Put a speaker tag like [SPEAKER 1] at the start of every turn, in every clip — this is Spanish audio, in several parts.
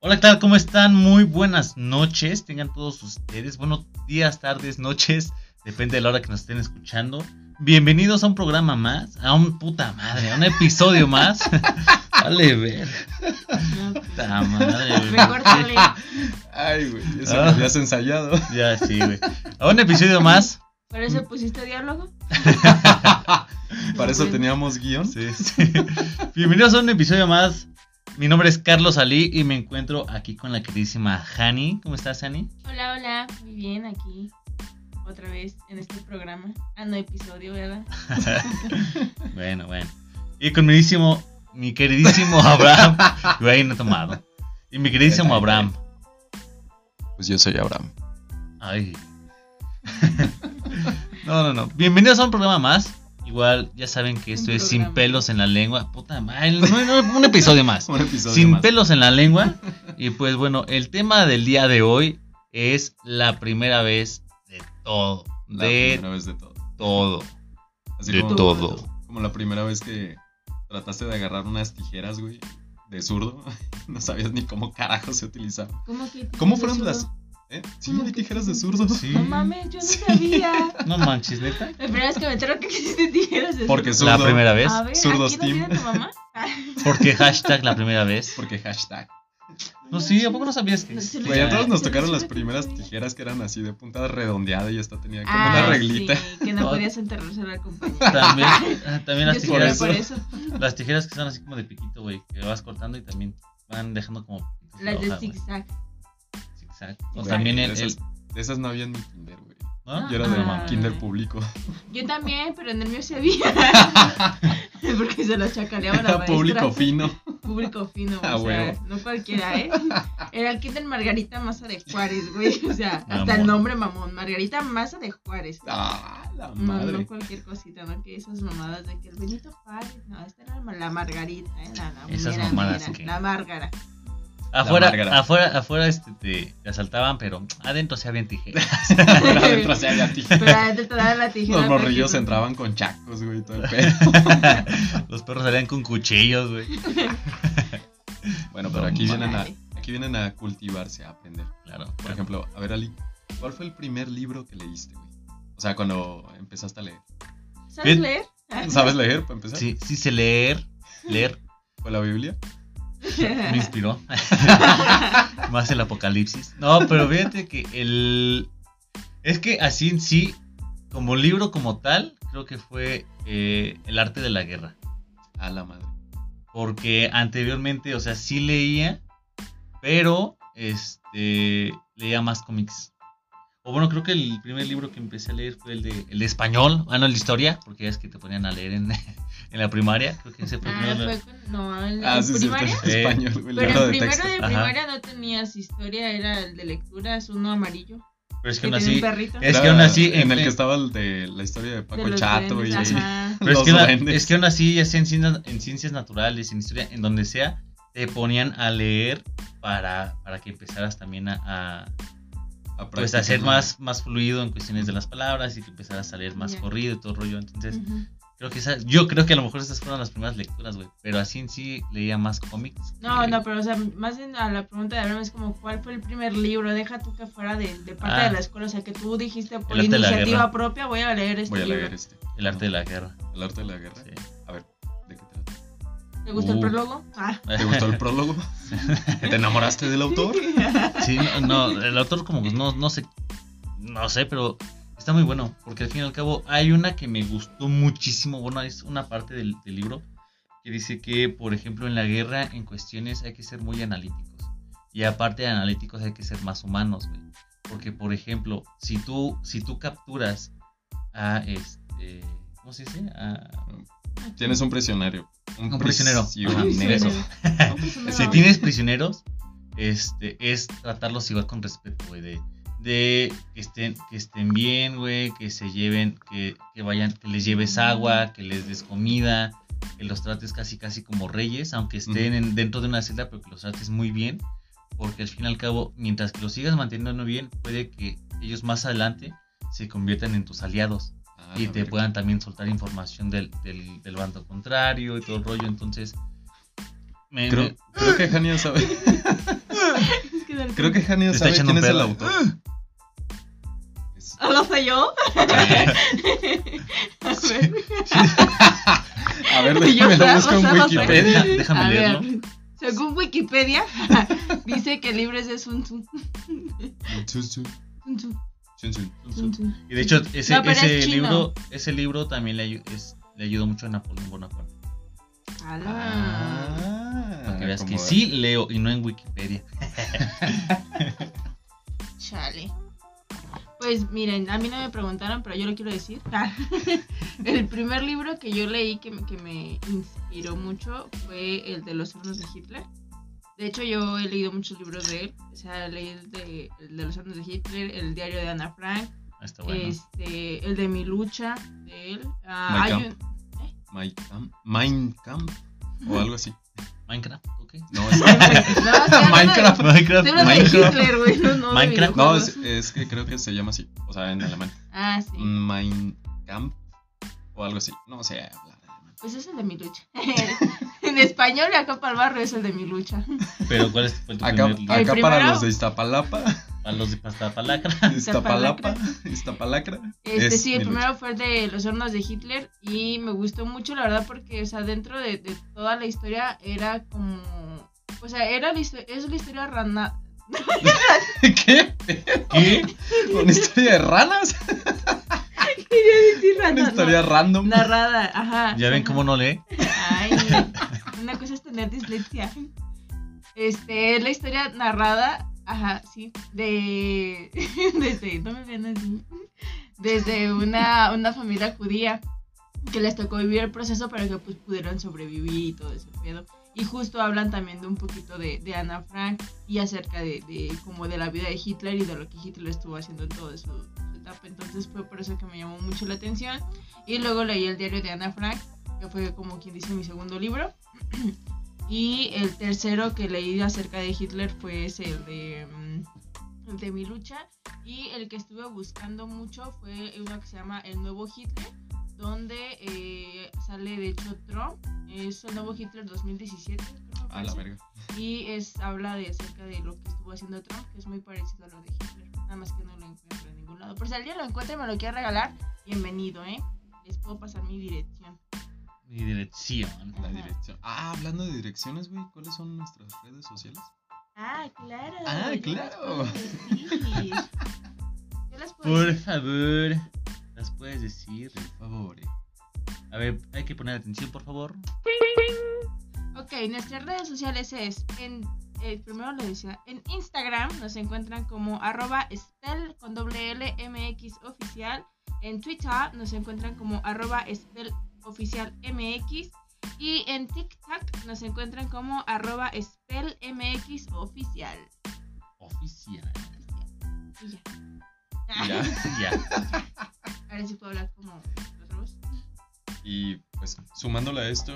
[SPEAKER 1] Hola, ¿qué tal? ¿Cómo están? Muy buenas noches. Tengan todos ustedes. Buenos días, tardes, noches. Depende de la hora que nos estén escuchando. Bienvenidos a un programa más. A un puta madre. A un episodio más. Dale, ver. Puta madre, güey.
[SPEAKER 2] Mejor dale.
[SPEAKER 3] Ay, güey, eso
[SPEAKER 1] Ah.
[SPEAKER 3] lo habías ensayado.
[SPEAKER 1] Ya, sí, güey. A un episodio más.
[SPEAKER 2] ¿Por eso pusiste diálogo?
[SPEAKER 3] Para eso
[SPEAKER 2] bueno.
[SPEAKER 3] teníamos guión.
[SPEAKER 1] Sí, sí. Bienvenidos a un episodio más. Mi nombre es Carlos Ali y me encuentro aquí con la queridísima Hani. ¿Cómo estás, Hani?
[SPEAKER 2] Hola, hola. Muy bien, aquí. Otra vez en este programa. Ah, no, episodio, ¿verdad?
[SPEAKER 1] Bueno, bueno. Y con mi queridísimo, mi queridísimo Abraham. Güey, no he tomado. Y mi queridísimo Abraham.
[SPEAKER 3] Pues yo soy Abraham.
[SPEAKER 1] Ay. No, no, no. Bienvenidos a un programa más. Igual ya saben que esto
[SPEAKER 2] Un
[SPEAKER 1] es sin
[SPEAKER 2] programa.
[SPEAKER 1] pelos en la lengua. Puta madre. no, no, un episodio más.
[SPEAKER 3] Un episodio
[SPEAKER 1] Sin
[SPEAKER 3] más.
[SPEAKER 1] pelos en la lengua. Y pues bueno, el tema del día de hoy es la primera vez de todo.
[SPEAKER 3] La
[SPEAKER 1] de
[SPEAKER 3] primera vez de todo.
[SPEAKER 1] todo.
[SPEAKER 3] Así
[SPEAKER 1] de todo.
[SPEAKER 3] Como la primera vez que trataste de agarrar unas tijeras, güey, de zurdo. No sabías ni cómo carajo se utilizaban.
[SPEAKER 2] ¿Cómo que?
[SPEAKER 3] ¿Cómo
[SPEAKER 2] tienes
[SPEAKER 3] fueron
[SPEAKER 2] uno?
[SPEAKER 3] las...? ¿Eh? Sí,
[SPEAKER 2] ¿Cómo
[SPEAKER 3] hay
[SPEAKER 2] que
[SPEAKER 3] tijeras de zurdo.
[SPEAKER 1] Sí.
[SPEAKER 2] No mames, yo no
[SPEAKER 3] Sí.
[SPEAKER 2] sabía.
[SPEAKER 1] No manches, neta.
[SPEAKER 2] La primera vez que me entero que existen tijeras de
[SPEAKER 3] Porque
[SPEAKER 2] zurdo.
[SPEAKER 1] La
[SPEAKER 3] Zurdo.
[SPEAKER 1] primera vez.
[SPEAKER 2] A ver,
[SPEAKER 3] Zurdos
[SPEAKER 2] ¿aquí no viene
[SPEAKER 3] Team.
[SPEAKER 2] tu mamá?
[SPEAKER 1] Porque hashtag la primera vez.
[SPEAKER 3] Porque hashtag.
[SPEAKER 1] No, sí, ¿a poco no sabías que
[SPEAKER 2] No, sí,
[SPEAKER 3] Güey, a todos nos
[SPEAKER 2] Se me
[SPEAKER 3] tocaron
[SPEAKER 2] sube
[SPEAKER 3] las
[SPEAKER 2] que
[SPEAKER 3] primeras
[SPEAKER 2] tenía.
[SPEAKER 3] tijeras que eran así de punta redondeada y esta tenía como
[SPEAKER 2] Ah,
[SPEAKER 3] una reglita.
[SPEAKER 2] sí, que no podías enterrarse a la compañía.
[SPEAKER 1] También, ah, también las
[SPEAKER 2] Yo sufría
[SPEAKER 1] tijeras.
[SPEAKER 2] por eso.
[SPEAKER 1] Las tijeras que son así como de piquito, güey. Que vas cortando y también van dejando como piquitos
[SPEAKER 2] Las
[SPEAKER 1] hoja,
[SPEAKER 2] de
[SPEAKER 1] güey.
[SPEAKER 2] zigzag.
[SPEAKER 1] Zigzag. O
[SPEAKER 3] Güey,
[SPEAKER 1] también el.
[SPEAKER 3] de
[SPEAKER 1] el-
[SPEAKER 3] esas, de esas no había en mi kinder, güey.
[SPEAKER 2] Ah.
[SPEAKER 1] ¿no?
[SPEAKER 3] Yo era
[SPEAKER 1] No
[SPEAKER 3] de
[SPEAKER 1] mames.
[SPEAKER 3] kinder público.
[SPEAKER 2] Yo también, pero en el mío se había. Porque se las chacaleaba la
[SPEAKER 3] Era
[SPEAKER 2] maestra.
[SPEAKER 3] público fino.
[SPEAKER 2] público fino,
[SPEAKER 3] Ah,
[SPEAKER 2] o sea,
[SPEAKER 3] huevo.
[SPEAKER 2] no cualquiera, ¿eh? Era el kinder Margarita Maza de Juárez, güey, o sea, hasta
[SPEAKER 1] Mamón.
[SPEAKER 2] el nombre mamón, Margarita Maza de Juárez.
[SPEAKER 3] Ah, la
[SPEAKER 2] No, pues,
[SPEAKER 3] madre.
[SPEAKER 2] no cualquier cosita, ¿no? Que esas mamadas de que el Benito Juárez, no, esta era la Margarita, ¿eh? La, la
[SPEAKER 1] Esas
[SPEAKER 2] mera,
[SPEAKER 1] mamadas
[SPEAKER 2] mera,
[SPEAKER 1] que-
[SPEAKER 2] La Márgara.
[SPEAKER 1] Afuera,
[SPEAKER 3] Márgara.
[SPEAKER 1] afuera, afuera este, te, te asaltaban, pero adentro se habían tijeras.
[SPEAKER 2] eh,
[SPEAKER 3] Pero adentro se había
[SPEAKER 2] Pero
[SPEAKER 3] tijeras.
[SPEAKER 2] adentro te daban la tijera.
[SPEAKER 3] Los
[SPEAKER 2] para que
[SPEAKER 3] morrillos
[SPEAKER 2] tú-
[SPEAKER 3] entraban con chacos, güey, y todo el pedo.
[SPEAKER 1] Los perros salían con cuchillos, güey.
[SPEAKER 3] Bueno,
[SPEAKER 1] No
[SPEAKER 3] pero aquí vienen a,
[SPEAKER 2] mames.
[SPEAKER 3] aquí vienen a cultivarse, a aprender.
[SPEAKER 1] Claro.
[SPEAKER 3] Por ejemplo, a ver, Ali, ¿cuál fue el primer libro que leíste, güey? O sea, cuando empezaste a leer.
[SPEAKER 2] ¿Sabes
[SPEAKER 1] Bien.
[SPEAKER 2] leer?
[SPEAKER 3] ¿Sabes leer para empezar?
[SPEAKER 1] Sí, sí sé leer. Leer
[SPEAKER 3] ¿Fue la Biblia?
[SPEAKER 1] me
[SPEAKER 2] Ah,
[SPEAKER 1] inspiró. Más el apocalipsis. No, pero fíjate que el. Es que así en sí, como libro como tal, creo que fue eh, El arte de la guerra.
[SPEAKER 3] A la madre.
[SPEAKER 1] Porque anteriormente, o sea, sí leía, pero este leía más cómics. O bueno, creo que el primer libro que empecé a leer fue el de, el de español, ah, no, el de historia, porque ya es que te ponían a leer en, en la primaria. Creo que ese fue el
[SPEAKER 2] Ah,
[SPEAKER 1] primero.
[SPEAKER 2] fue con... No, en la
[SPEAKER 3] Ah, sí, es cierto.
[SPEAKER 2] primaria.
[SPEAKER 1] Sí.
[SPEAKER 3] Español, güey,
[SPEAKER 2] Pero
[SPEAKER 3] libro
[SPEAKER 2] el
[SPEAKER 3] de
[SPEAKER 2] primero
[SPEAKER 3] texto.
[SPEAKER 2] de
[SPEAKER 1] Ajá.
[SPEAKER 2] primaria no tenías historia, era el de lecturas, uno amarillo.
[SPEAKER 1] Pero es que
[SPEAKER 2] Que
[SPEAKER 1] aún
[SPEAKER 2] tenía un
[SPEAKER 1] así,
[SPEAKER 2] perrito.
[SPEAKER 1] es
[SPEAKER 3] Era
[SPEAKER 1] que aún así, este,
[SPEAKER 3] En
[SPEAKER 1] en-
[SPEAKER 3] el que estaba el de la historia de
[SPEAKER 2] de
[SPEAKER 3] Paco el
[SPEAKER 2] los
[SPEAKER 3] Chato y.
[SPEAKER 2] trenes, ajá.
[SPEAKER 1] Pero es
[SPEAKER 3] Los
[SPEAKER 1] que, era-
[SPEAKER 3] duendes.
[SPEAKER 1] es que aún así, ya sea en ciencias, en ciencias naturales, en historia, en donde sea, te ponían a leer para, para que empezaras también a, a, pues, a ser
[SPEAKER 3] practicarlo.
[SPEAKER 1] más, más fluido en cuestiones de las palabras y que empezaras a leer más
[SPEAKER 2] Ya.
[SPEAKER 1] corrido y todo el rollo. Entonces,
[SPEAKER 3] Este,
[SPEAKER 2] Ujú.
[SPEAKER 1] creo que esas, yo creo que a lo mejor esas fueron las primeras lecturas, güey. Pero así en sí leía más cómics.
[SPEAKER 2] No,
[SPEAKER 1] que-
[SPEAKER 2] no, pero o sea, más bien a la pregunta de Abraham es como, ¿cuál fue el primer libro? Deja tú que fuera de, de parte
[SPEAKER 1] Ah.
[SPEAKER 2] de la escuela, o sea, que tú dijiste por
[SPEAKER 1] El arte de la guerra.
[SPEAKER 2] iniciativa propia, voy a leer este
[SPEAKER 3] Voy a
[SPEAKER 2] libro.
[SPEAKER 3] leer este.
[SPEAKER 1] El arte de la guerra.
[SPEAKER 3] El arte de la guerra.
[SPEAKER 1] sí.
[SPEAKER 3] A ver, ¿de qué trata?
[SPEAKER 2] ¿Te gusta
[SPEAKER 1] Uh.
[SPEAKER 2] el prólogo? Ah.
[SPEAKER 3] ¿Te gustó el prólogo? ¿Te enamoraste del autor?
[SPEAKER 1] Sí, no, no, el autor como que no, no sé, no sé, pero está muy bueno, porque al fin y al cabo hay una que me gustó muchísimo, bueno, es una parte del, del libro que dice que, por ejemplo, en la guerra, en cuestiones, hay que ser muy analíticos, y aparte de analíticos hay que ser más humanos, güey, porque, por ejemplo, si tú, si tú capturas a, este, ¿cómo se dice? A-
[SPEAKER 3] Tienes un prisionario.
[SPEAKER 1] Un prisionero.
[SPEAKER 3] prisionero.
[SPEAKER 1] Eso. si
[SPEAKER 2] no. pues
[SPEAKER 1] tienes prisioneros, este, es tratarlos igual con respeto, güey, de, de que estén, que estén bien, güey, que se lleven, que, que vayan, que les lleves agua, que les des comida, que los trates casi casi como reyes, aunque estén en- dentro de una celda, pero que los trates muy bien, porque al fin y al cabo, mientras que los sigas manteniendo bien, puede que ellos más adelante se conviertan en tus aliados
[SPEAKER 3] Ah,
[SPEAKER 1] y
[SPEAKER 3] la
[SPEAKER 1] te
[SPEAKER 3] verga.
[SPEAKER 1] puedan también soltar información del, del, del bando contrario y todo el rollo, entonces... me-
[SPEAKER 3] Creo,
[SPEAKER 1] me-
[SPEAKER 3] creo que Hania sabe.
[SPEAKER 2] Es que de repente-
[SPEAKER 3] Creo que Hanio
[SPEAKER 1] Te está
[SPEAKER 3] sabe
[SPEAKER 1] echando
[SPEAKER 3] quién
[SPEAKER 1] un
[SPEAKER 3] es el
[SPEAKER 1] pedo.
[SPEAKER 3] autor. Es-
[SPEAKER 2] ¿Ah, lo falló? A ver.
[SPEAKER 3] A ver,
[SPEAKER 2] Y yo
[SPEAKER 3] déjame lo
[SPEAKER 2] estaba
[SPEAKER 3] busco en
[SPEAKER 2] basada,
[SPEAKER 3] Wikipedia.
[SPEAKER 1] Déjame- déjame
[SPEAKER 2] A
[SPEAKER 1] leerlo.
[SPEAKER 2] ver, Según Wikipedia, dice que el libro es de Sun Tzu.
[SPEAKER 3] Chun, chun,
[SPEAKER 2] Sun Tzu,
[SPEAKER 3] chun, chun.
[SPEAKER 2] Sun Tzu.
[SPEAKER 1] Y de hecho, ese,
[SPEAKER 2] Mm. No, pero
[SPEAKER 1] ese
[SPEAKER 2] es chino.
[SPEAKER 1] libro, ese libro también le, ayu- es- le ayudó mucho a Napoleón Bonaparte.
[SPEAKER 2] ¡Hala!
[SPEAKER 3] Ah,
[SPEAKER 1] Para que veas que
[SPEAKER 3] como-
[SPEAKER 1] sí leo y no en Wikipedia.
[SPEAKER 2] Chale. Pues miren, a mí no me preguntaron, pero yo lo quiero decir. El primer libro que yo leí que, me- que me inspiró mucho fue el de los hornos de Hitler. De hecho, yo he leído muchos libros de él. O sea, leí el de, el de los hornos de Hitler, el diario de Ana Frank,
[SPEAKER 1] Ah, Está bueno.
[SPEAKER 2] este, el de mi lucha de él. Ah,
[SPEAKER 3] My
[SPEAKER 2] hay
[SPEAKER 3] Camp.
[SPEAKER 2] un-
[SPEAKER 3] My Camp- Mein Kampf o algo así.
[SPEAKER 1] Minecraft, ok.
[SPEAKER 3] No, es
[SPEAKER 2] No, estoy hablando de-
[SPEAKER 3] Minecraft.
[SPEAKER 1] Minecraft,
[SPEAKER 2] estoy hablando de
[SPEAKER 1] Minecraft.
[SPEAKER 2] Hitler, güey, no, no de
[SPEAKER 1] Minecraft.
[SPEAKER 3] No,
[SPEAKER 2] videojuegos.
[SPEAKER 3] es, Mm. es que creo que se llama así. O sea, en alemán.
[SPEAKER 2] Ah, sí.
[SPEAKER 3] Mein Kampf o algo así. No sé hablar alemán.
[SPEAKER 2] Pues es el de mi lucha. en español, acá para el barrio es el de mi lucha.
[SPEAKER 1] Pero ¿cuál es fue tu
[SPEAKER 3] Acá,
[SPEAKER 1] primer libro?
[SPEAKER 2] El
[SPEAKER 3] acá
[SPEAKER 2] primero-
[SPEAKER 3] para los de Iztapalapa.
[SPEAKER 1] Para los de pasta palacra.
[SPEAKER 3] Iztapalapa. Iztapalacra.
[SPEAKER 2] Este,
[SPEAKER 3] es
[SPEAKER 2] sí, el
[SPEAKER 3] mi lucha.
[SPEAKER 2] primero fue el de los hornos de Hitler y me gustó mucho, la verdad, porque, o sea, dentro de, de toda la historia era como... O sea, era la histo- es la historia rana...
[SPEAKER 3] ¿Qué?
[SPEAKER 1] ¿Qué?
[SPEAKER 3] ¿Una historia de ranas?
[SPEAKER 2] Quería decir
[SPEAKER 1] Ah,
[SPEAKER 2] rana,
[SPEAKER 3] ¿Una historia
[SPEAKER 2] no.
[SPEAKER 3] random?
[SPEAKER 2] narrada, ajá.
[SPEAKER 1] Ya ven
[SPEAKER 2] Ajá.
[SPEAKER 1] cómo no lee.
[SPEAKER 2] Ay, una cosa es tener dislexia. Este, es la historia narrada, ajá, sí, de, desde, no me vean así, desde una, una familia judía que les tocó vivir el proceso para que pues pudieran sobrevivir y todo ese pedo. Y justo hablan también de un poquito de, de Ana Frank y acerca de, de como de la vida de Hitler y de lo que Hitler estuvo haciendo en toda su, su etapa. Entonces fue por eso que me llamó mucho la atención. Y luego leí el diario de Ana Frank que fue como quien dice mi segundo libro. Y el tercero que leí acerca de Hitler fue ese, el de, mm, el de mi lucha. Y el que estuve buscando mucho fue uno que se llama El Nuevo Hitler, donde eh, sale de hecho Trump. Es el Nuevo Hitler 2017. creo que
[SPEAKER 3] A Ah, la
[SPEAKER 2] parece.
[SPEAKER 3] verga.
[SPEAKER 2] Y es, habla de acerca de lo que estuvo haciendo Trump, que es muy parecido a lo de Hitler. Nada más que no lo encuentro en ningún lado. Por si alguien lo encuentra y me lo quiere regalar, bienvenido, ¿eh? Les puedo pasar mi dirección.
[SPEAKER 1] Mi dirección.
[SPEAKER 2] Ajá.
[SPEAKER 3] La dirección. Ah, hablando de direcciones, güey, ¿cuáles son nuestras redes sociales?
[SPEAKER 2] Ah, claro.
[SPEAKER 3] Ah,
[SPEAKER 2] yo las
[SPEAKER 3] claro.
[SPEAKER 2] puedo decir. Yo las puedo
[SPEAKER 1] Por
[SPEAKER 2] decir.
[SPEAKER 1] favor. ¿Las puedes decir?
[SPEAKER 3] Por favor. eh.
[SPEAKER 1] A ver, hay que poner atención, por favor.
[SPEAKER 2] Ok, nuestras redes sociales es en eh, primero lo decía, en Instagram nos encuentran como arroba spell con doble L MX oficial. En Twitter nos encuentran como arroba spell oficial MX. Y en TikTok nos encuentran como arroba spell MX oficial.
[SPEAKER 1] Oficial.
[SPEAKER 2] Y ya.
[SPEAKER 3] Y ya.
[SPEAKER 1] Ya.
[SPEAKER 2] Ahora sí puedo hablar como nosotros.
[SPEAKER 3] Y pues sumándole a esto,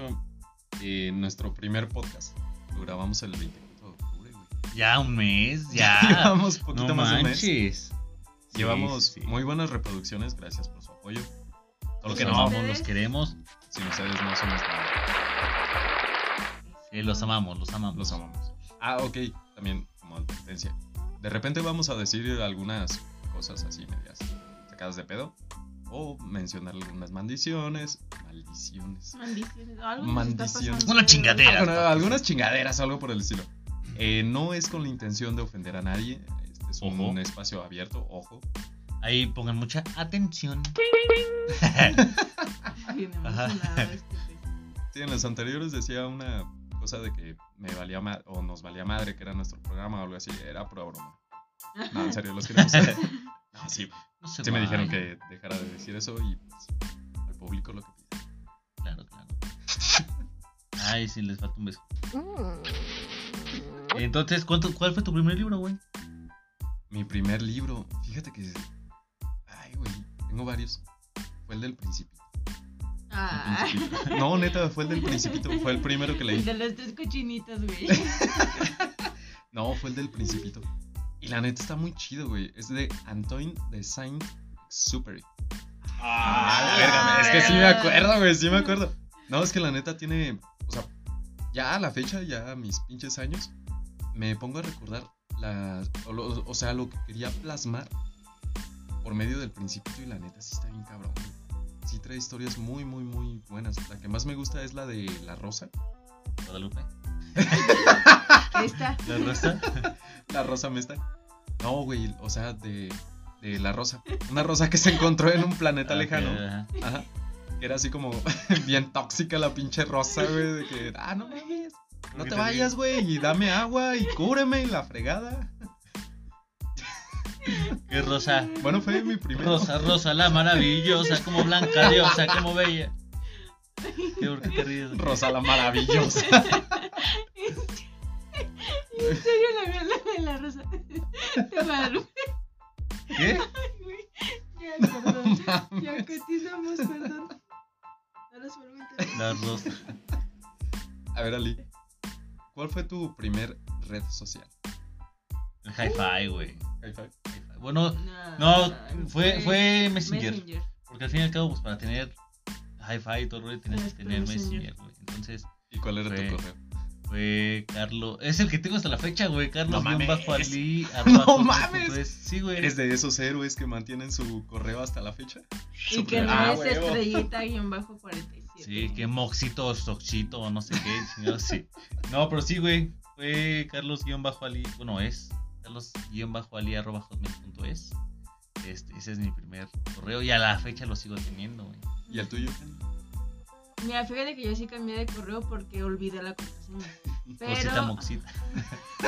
[SPEAKER 3] eh, nuestro primer podcast lo grabamos el 24 de octubre, güey.
[SPEAKER 1] Ya un mes, ya.
[SPEAKER 3] Llevamos poquito
[SPEAKER 1] no
[SPEAKER 3] más de un mes.
[SPEAKER 1] manches. Sí,
[SPEAKER 3] Llevamos
[SPEAKER 1] sí, sí.
[SPEAKER 3] muy buenas reproducciones, gracias por su apoyo.
[SPEAKER 1] Los
[SPEAKER 3] Solo
[SPEAKER 1] que
[SPEAKER 3] que
[SPEAKER 1] nos
[SPEAKER 3] no
[SPEAKER 2] amamos.
[SPEAKER 1] amamos, los queremos.
[SPEAKER 3] sin ustedes no somos nada.
[SPEAKER 1] Sí, eh, los amamos, los amamos.
[SPEAKER 3] Los amamos. Ah, ok, también como advertencia. De repente vamos a decir algunas cosas así medias sacadas de pedo. O mencionar algunas maldiciones. Maldiciones.
[SPEAKER 2] Maldiciones. Algo nos está
[SPEAKER 3] Maldiciones.
[SPEAKER 2] pasando.
[SPEAKER 1] Una chingadera.
[SPEAKER 3] Ah, bueno, algunas chingaderas o algo por el estilo. Eh, no es con la intención de ofender a nadie. Este es un,
[SPEAKER 1] Ojo.
[SPEAKER 3] espacio abierto, ojo.
[SPEAKER 1] Ahí pongan mucha atención.
[SPEAKER 2] Bien
[SPEAKER 1] Ajá.
[SPEAKER 2] emocionado este pez.
[SPEAKER 3] Sí, en los anteriores decía una cosa de que me valía ma- o nos valía madre que era nuestro programa o algo así. Era pura broma.
[SPEAKER 2] pues.
[SPEAKER 3] No, en serio, los queremos. no, sí.
[SPEAKER 1] No sé
[SPEAKER 3] Sí me
[SPEAKER 1] va.
[SPEAKER 3] dijeron que dejara de decir eso y pues, al público lo que pide.
[SPEAKER 1] Claro, claro. Ay, sí, les falta un beso. Entonces, ¿cuánto, ¿cuál fue tu primer libro, güey?
[SPEAKER 3] Mi primer libro, fíjate que. Ay, güey, tengo varios. Fue el del Principito. El
[SPEAKER 2] Ah.
[SPEAKER 3] Principito. No, neta, fue el del Principito. Fue el primero que leí.
[SPEAKER 2] De los tres cochinitos, güey.
[SPEAKER 3] No, fue el del Principito. Y la neta está muy chido, güey. Es de Antoine de Saint-Exupéry.
[SPEAKER 2] Ah, la
[SPEAKER 3] Ah, verga, es que sí me
[SPEAKER 2] verga.
[SPEAKER 3] acuerdo, güey, sí me acuerdo. No, es que la neta tiene, o sea, ya a la fecha, ya a mis pinches años, me pongo a recordar las- o, lo- o sea, lo que quería plasmar por medio del principito y la neta sí está bien cabrón. güey. Sí trae historias muy, muy, muy buenas. La que más me gusta es la de La Rosa.
[SPEAKER 1] Guadalupe.
[SPEAKER 2] Ahí está.
[SPEAKER 1] La rosa.
[SPEAKER 3] La Rosa me está... No, güey, o sea, de, de La Rosa. Una rosa que se encontró en un planeta
[SPEAKER 1] Ah,
[SPEAKER 3] lejano.
[SPEAKER 1] ok, ajá.
[SPEAKER 3] Ajá. Que era así como bien tóxica la pinche rosa, güey. De que, ah, no mames. No te vayas, güey. Y dame agua y cúbreme en la fregada.
[SPEAKER 1] Qué rosa.
[SPEAKER 3] Bueno, fue mi primer.
[SPEAKER 1] Rosa, rosa, la maravillosa, como blanca diosa, como bella. ¿Qué, ¿Por qué te ríes? güey?
[SPEAKER 3] Rosa la maravillosa.
[SPEAKER 2] En serio, la verdad la de la rosa. Te Guadalupe,
[SPEAKER 1] ¿Qué?
[SPEAKER 2] güey. Ya, perdón. Ya continuamos, perdón. No los vuelvo a interrumpir.
[SPEAKER 1] La rosa.
[SPEAKER 3] A ver, Ali. ¿Cuál fue tu primer red social?
[SPEAKER 1] El hi-fi, güey. Hi-fi. Bueno,
[SPEAKER 2] No,
[SPEAKER 1] no, fue, fue Messenger.
[SPEAKER 2] Messenger.
[SPEAKER 1] Porque al fin y al cabo, pues para tener hi-fi y todo el rollo, tenías que
[SPEAKER 2] Ah,
[SPEAKER 1] tener
[SPEAKER 2] Messenger.
[SPEAKER 1] Messenger, güey. Entonces,
[SPEAKER 3] ¿Y cuál era
[SPEAKER 1] Fue-
[SPEAKER 3] tu correo?
[SPEAKER 1] fue Carlos. Es el que tengo hasta la fecha, güey. Carlos,
[SPEAKER 3] No
[SPEAKER 1] guión bajo
[SPEAKER 3] mames.
[SPEAKER 1] Ali.
[SPEAKER 3] No
[SPEAKER 1] arroba
[SPEAKER 3] mames.
[SPEAKER 1] hotmail.es. Sí, güey.
[SPEAKER 3] ¿Eres de esos héroes que mantienen su correo hasta la fecha?
[SPEAKER 2] Y que no
[SPEAKER 3] Ah,
[SPEAKER 2] es
[SPEAKER 3] huevo.
[SPEAKER 2] estrellita guión bajo 47.
[SPEAKER 1] Sí, que moxito, soxito, o no sé qué, chingados, sí. No, pero sí, güey. Fue Carlos-Ali, bueno, es Carlos-Ali arroba hotmail.es. Este, ese es mi primer correo y a la fecha lo sigo teniendo, güey.
[SPEAKER 3] ¿Y el tuyo?
[SPEAKER 2] Mira, fíjate que yo sí cambié de correo porque olvidé la
[SPEAKER 3] Pues
[SPEAKER 2] contraseña.
[SPEAKER 1] Cosita
[SPEAKER 2] Pero,
[SPEAKER 1] moxita.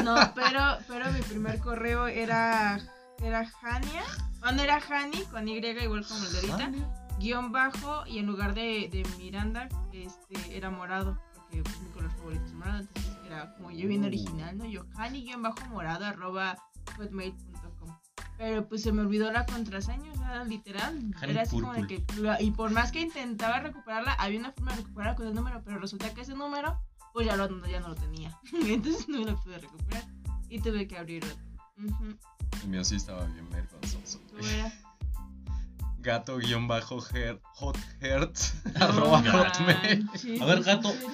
[SPEAKER 2] no, pero, pero mi primer correo era, era Hania. Ah, no, era Hani con Y igual como el de
[SPEAKER 3] Ah,
[SPEAKER 2] ahorita. Guión bajo y en lugar de, de Miranda, este, era morado. Porque pues, mi color favorito es morado. Entonces era como yo bien
[SPEAKER 3] Uh.
[SPEAKER 2] original, ¿no? Yo Hani guión bajo morado arroba hotmail.com. Pero pues se me olvidó la contraseña, o sea, literal.
[SPEAKER 1] Hani
[SPEAKER 2] era así como de
[SPEAKER 1] Purple.
[SPEAKER 2] que. Y por más que intentaba recuperarla, había una forma de recuperarla con el número, pero resulta que ese número, pues ya, lo, ya no lo tenía. Entonces no lo pude recuperar. Y tuve que abrir otro. Ujú.
[SPEAKER 3] El mío sí estaba bien vergonzoso.
[SPEAKER 2] Tú era-
[SPEAKER 3] Gato guión bajo her- hot hertz
[SPEAKER 2] No
[SPEAKER 3] arroba
[SPEAKER 2] Ah.
[SPEAKER 3] hotmail.
[SPEAKER 2] manches,
[SPEAKER 1] A ver,
[SPEAKER 2] ¿en
[SPEAKER 1] gato.
[SPEAKER 2] serio?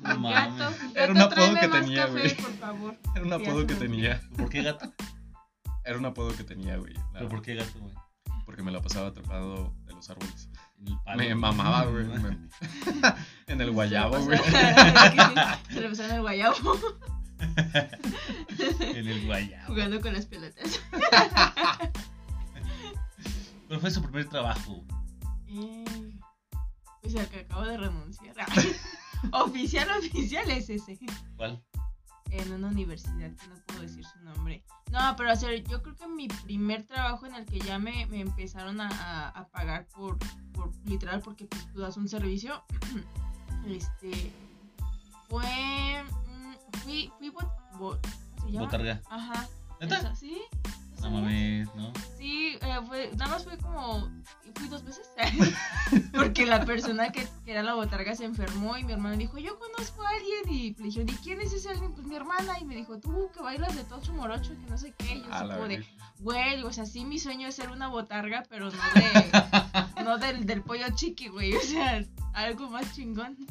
[SPEAKER 1] No
[SPEAKER 2] Gato,
[SPEAKER 1] mames.
[SPEAKER 3] Era
[SPEAKER 2] gato,
[SPEAKER 3] un apodo
[SPEAKER 2] tráeme
[SPEAKER 3] que
[SPEAKER 2] más
[SPEAKER 3] tenía,
[SPEAKER 2] café,
[SPEAKER 3] güey.
[SPEAKER 2] por favor.
[SPEAKER 3] Era un
[SPEAKER 2] Ya se
[SPEAKER 3] apodo que
[SPEAKER 2] me
[SPEAKER 3] tenía.
[SPEAKER 1] ¿Por qué gato?
[SPEAKER 3] Era un apodo que tenía, güey. la
[SPEAKER 1] ¿Pero por qué gato, güey?
[SPEAKER 3] Porque me la pasaba atrapado de los árboles.
[SPEAKER 1] En el palo.
[SPEAKER 3] Me mamaba, güey. me- en el guayabo,
[SPEAKER 2] Se
[SPEAKER 3] güey.
[SPEAKER 2] le pasaba- Se le pasaba en el guayabo
[SPEAKER 1] en el guayabo.
[SPEAKER 2] jugando con las pelotas.
[SPEAKER 1] Pero fue su primer trabajo, güey.
[SPEAKER 2] Eh, Pues el que acabo de renunciar. Oficial, oficial es ese.
[SPEAKER 1] ¿Cuál?
[SPEAKER 2] En una universidad, que no puedo decir su nombre. No, pero hacer, yo creo que mi primer trabajo en el que ya me, me empezaron a, a- a pagar por, por, literal, porque pues, tú das un servicio, este, fue, mm, fui, fui, bot, bot- ¿cómo se llama?
[SPEAKER 1] Botarga.
[SPEAKER 2] Ajá.
[SPEAKER 1] ¿Neta?
[SPEAKER 2] Eso, ¿Sí?
[SPEAKER 1] No
[SPEAKER 2] ¿Eso es?
[SPEAKER 1] mames, ¿no?
[SPEAKER 2] Sí, eh, fue- nada más fue como. Fui dos veces. Porque la persona que, que era la botarga se enfermó y mi hermano dijo: Yo conozco a alguien. Y le dije: ¿Y quién es ese alguien? Pues mi hermana. Y me dijo: Tú que bailas de tocho morocho, que no sé qué. Y yo
[SPEAKER 3] A
[SPEAKER 2] así
[SPEAKER 3] la
[SPEAKER 2] como de:
[SPEAKER 3] verga.
[SPEAKER 2] Güey, o sea, sí, mi sueño es ser una botarga, pero no, de, no del, del pollo chiqui, güey. O sea, algo más chingón.
[SPEAKER 3] Tú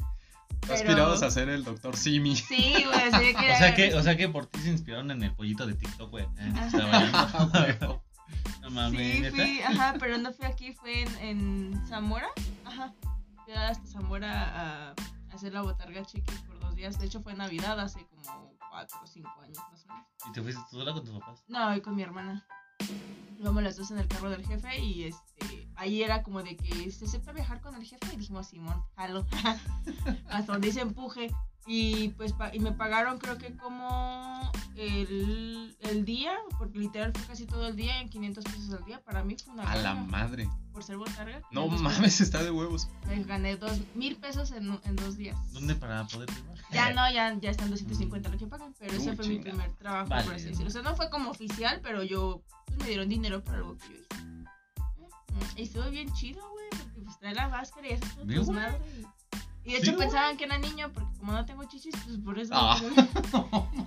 [SPEAKER 2] Pero-
[SPEAKER 3] Aspirabas a ser el doctor Simi.
[SPEAKER 2] Sí, güey, así que.
[SPEAKER 1] O sea que, o sea que por ti se inspiraron en el pollito de TikTok, güey. Eh, que está
[SPEAKER 3] Ah,
[SPEAKER 1] bailando.
[SPEAKER 3] güey.
[SPEAKER 1] No mames,
[SPEAKER 2] Sí,
[SPEAKER 1] ¿neta?
[SPEAKER 2] fui, ajá, pero no fui aquí, fue en, en Zamora. Ajá. Fui hasta Zamora a a hacer la botarga chiqui por dos días. De hecho, fue Navidad hace como cuatro o cinco años más o menos.
[SPEAKER 1] ¿Y te fuiste tú sola con tus papás?
[SPEAKER 2] No, y con mi hermana. Íbamos las dos en el carro del jefe y este ahí era como de que este, se acepta viajar con el jefe y dijimos Simón, jalo. Hasta donde dice empuje. Y pues pa- y me pagaron creo que como el, el día, porque literal fue casi todo el día, en 500 pesos al día. Para mí fue una
[SPEAKER 3] A la
[SPEAKER 2] ganga
[SPEAKER 3] madre.
[SPEAKER 2] por ser botarga.
[SPEAKER 3] No
[SPEAKER 2] 500
[SPEAKER 3] mames, está de huevos.
[SPEAKER 2] pesos. Me pues, gané dos mil pesos en, en dos días.
[SPEAKER 1] ¿Dónde para poder firmar?
[SPEAKER 2] Ya no, ya, ya están 250 lo que pagan, pero
[SPEAKER 3] Uy,
[SPEAKER 2] ese fue mi
[SPEAKER 3] chinga.
[SPEAKER 2] primer trabajo,
[SPEAKER 1] Vale.
[SPEAKER 2] por así decirlo. O sea, no fue como oficial, pero yo pues, me dieron dinero por algo que yo hice. Mm, Y estuvo bien chido, güey, porque pues trae la máscara y eso todo
[SPEAKER 1] Bien,
[SPEAKER 2] pues,
[SPEAKER 1] güey.
[SPEAKER 2] madre. Y de
[SPEAKER 1] Sí,
[SPEAKER 2] hecho
[SPEAKER 1] güey.
[SPEAKER 2] pensaban que era niño, porque como no tengo chichis, pues por eso.
[SPEAKER 3] Ah.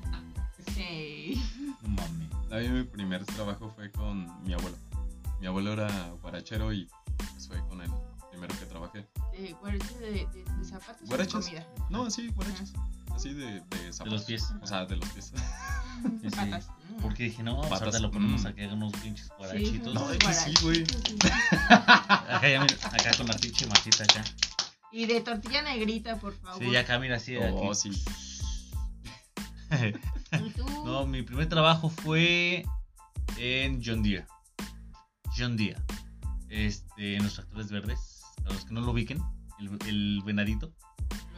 [SPEAKER 2] Sí.
[SPEAKER 1] No mames.
[SPEAKER 3] A mí mi primer trabajo fue con mi abuelo. Mi abuelo era guarachero y pues fue con él primero que trabajé.
[SPEAKER 2] De guarache de, de, de zapatos y de
[SPEAKER 3] ¿Guaraches?
[SPEAKER 2] comida.
[SPEAKER 3] No, así, guarachos. Así de, de zapatos.
[SPEAKER 1] los pies.
[SPEAKER 3] O sea, de los pies.
[SPEAKER 1] Sí, sí.
[SPEAKER 2] Patas. Mm.
[SPEAKER 1] Porque dije, no, pues
[SPEAKER 3] Patas.
[SPEAKER 1] ahorita lo ponemos
[SPEAKER 3] Mm.
[SPEAKER 1] a que haga unos pinches
[SPEAKER 2] Sí,
[SPEAKER 1] guarachitos.
[SPEAKER 3] No,
[SPEAKER 2] unos
[SPEAKER 3] de hecho sí, güey.
[SPEAKER 2] guarachitos, sí.
[SPEAKER 1] Acá, ya, mira, acá con la pinche matita acá.
[SPEAKER 2] Y de tortilla negrita, por favor.
[SPEAKER 1] Sí, ya acá, mira, así.
[SPEAKER 3] Oh,
[SPEAKER 1] aquí.
[SPEAKER 3] sí.
[SPEAKER 2] ¿Y tú?
[SPEAKER 1] No, mi primer trabajo fue en John Deere. John Deere. Este, en los tractores verdes. Para los que no lo ubiquen, el, el venadito.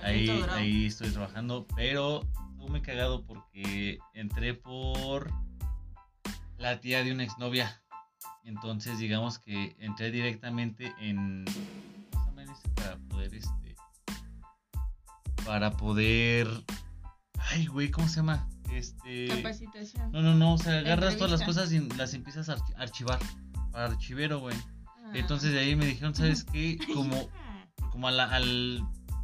[SPEAKER 1] Ahí,
[SPEAKER 2] Benito Bravo.
[SPEAKER 1] ahí estoy trabajando. Pero no me he cagado porque entré por la tía de una exnovia. Entonces, digamos que entré directamente en. ¿cómo se llama en este? Para poder este. Para poder. Ay, güey, ¿cómo se llama? Este.
[SPEAKER 2] Capacitación.
[SPEAKER 1] No, no, no, o sea, agarras todas las
[SPEAKER 2] entrevista.
[SPEAKER 1] cosas y las empiezas a archi- archivar. Para archivero, güey.
[SPEAKER 2] Ah.
[SPEAKER 1] Entonces de ahí me dijeron, ¿sabes qué? Como, como a la- al,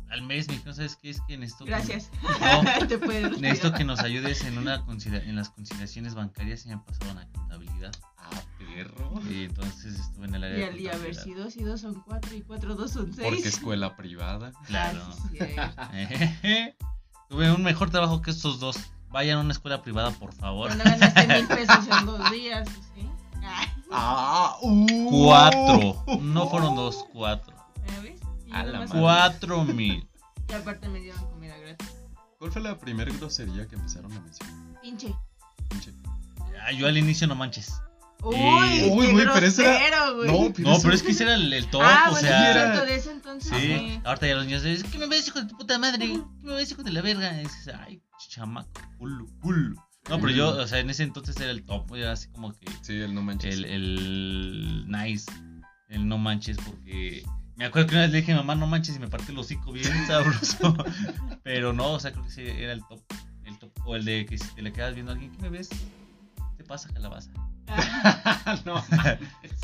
[SPEAKER 1] al mes me dijeron, ¿sabes qué? Es que necesito, que-
[SPEAKER 2] Gracias.
[SPEAKER 1] No.
[SPEAKER 2] Te puedes retirar.
[SPEAKER 1] necesito que nos ayudes en, una concilia- en las conciliaciones bancarias y me pasaron a contabilidad.
[SPEAKER 3] Ah, perro.
[SPEAKER 1] Y entonces estuve en el área
[SPEAKER 2] Y
[SPEAKER 1] de
[SPEAKER 2] al día, a ver
[SPEAKER 1] contabilidad.
[SPEAKER 2] si dos y dos son cuatro y cuatro dos son seis.
[SPEAKER 3] Porque escuela privada.
[SPEAKER 1] Claro.
[SPEAKER 2] Ah, sí, sí.
[SPEAKER 1] Tuve un mejor trabajo que estos dos. Vayan a una escuela privada, por favor.
[SPEAKER 2] Cuando ganaste mil pesos en dos días, ¿sí? Ah,
[SPEAKER 3] Ah, uh.
[SPEAKER 1] Cuatro. No fueron dos, cuatro.
[SPEAKER 2] ¿Ves? Y
[SPEAKER 3] A la
[SPEAKER 2] nomás-
[SPEAKER 3] madre.
[SPEAKER 1] Cuatro mil.
[SPEAKER 2] Y aparte me dieron comida gratis.
[SPEAKER 3] ¿Cuál fue la primera grosería que empezaron a mencionar?
[SPEAKER 2] Pinche.
[SPEAKER 3] Pinche.
[SPEAKER 1] Ah, Yo al inicio no manches.
[SPEAKER 2] Uy,
[SPEAKER 1] Eh,
[SPEAKER 3] uy,
[SPEAKER 2] qué
[SPEAKER 3] güey, pero esa era-
[SPEAKER 2] grosero, güey.
[SPEAKER 3] No,
[SPEAKER 1] No,
[SPEAKER 3] eso-
[SPEAKER 1] pero es que ese era el, el top,
[SPEAKER 2] ah,
[SPEAKER 1] o
[SPEAKER 2] bueno,
[SPEAKER 1] sea.
[SPEAKER 2] es
[SPEAKER 3] era-
[SPEAKER 2] cierto, de ese entonces.
[SPEAKER 1] Sí,
[SPEAKER 2] sí.
[SPEAKER 1] ahorita ya los niños dicen, ¿qué me ves, hijo de tu puta madre? ¿Qué me ves, hijo de la verga? Y dices, ay, chamaco, culo, culo. No, pero yo, o sea, en ese entonces era el top, era así como que
[SPEAKER 3] Sí, el no manches.
[SPEAKER 1] el, el nice, el no manches, porque me acuerdo que una vez le dije, mamá, no manches, y me partí el hocico bien sabroso. pero no, o sea, creo que ese era el top, el top, o el de que si te le quedas viendo a alguien, ¿qué me ves? ¿Qué te pasa, calabaza?
[SPEAKER 2] Ah,
[SPEAKER 3] no.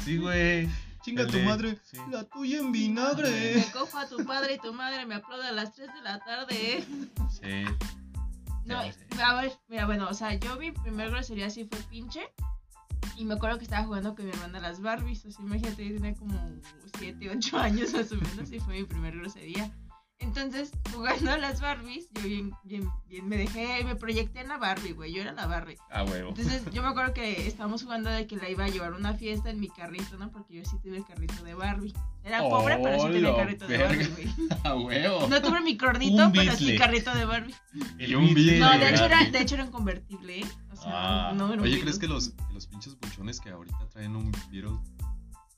[SPEAKER 1] Sí, güey.
[SPEAKER 3] Chinga
[SPEAKER 1] El
[SPEAKER 3] tu
[SPEAKER 1] de-
[SPEAKER 3] madre.
[SPEAKER 1] sí.
[SPEAKER 3] La tuya en vinagre.
[SPEAKER 2] Me cojo a tu padre y tu madre me aplaude a las 3 de la tarde. ¿eh?
[SPEAKER 1] Sí.
[SPEAKER 2] No,
[SPEAKER 1] Ya sé.
[SPEAKER 2] a ver, mira, bueno, o sea, yo mi primer grosería sí fue pinche. Y me acuerdo que estaba jugando con mi hermana a las Barbies. O sea, imagínate, yo tenía como 7, 8 años más o menos. Y fue mi primer grosería. Entonces, jugando a las Barbies, yo bien, bien, bien me dejé, me proyecté en la Barbie, güey. Yo era la Barbie.
[SPEAKER 3] Ah, huevo.
[SPEAKER 2] Entonces, yo me acuerdo que estábamos jugando de que la iba a llevar a una fiesta en mi carrito, ¿no? Porque yo sí tuve el carrito de Barbie. Era pobre, pero sí tenía
[SPEAKER 3] ¡Hola,
[SPEAKER 2] carrito de
[SPEAKER 3] verga!
[SPEAKER 2] Barbie, güey.
[SPEAKER 3] Ah, huevo.
[SPEAKER 2] No tuve mi cornito,
[SPEAKER 1] Un
[SPEAKER 2] pero sí
[SPEAKER 1] Beatle.
[SPEAKER 2] carrito de Barbie.
[SPEAKER 1] El
[SPEAKER 3] Y un
[SPEAKER 1] Beatle
[SPEAKER 3] Beatle.
[SPEAKER 2] No, de hecho, era,
[SPEAKER 1] Barbie.
[SPEAKER 2] de hecho era un convertible, ¿eh? O sea,
[SPEAKER 1] Ah.
[SPEAKER 2] no era un
[SPEAKER 3] Oye,
[SPEAKER 2] Beetle.
[SPEAKER 3] ¿crees que los, que los pinches buchones que ahorita traen un Beatle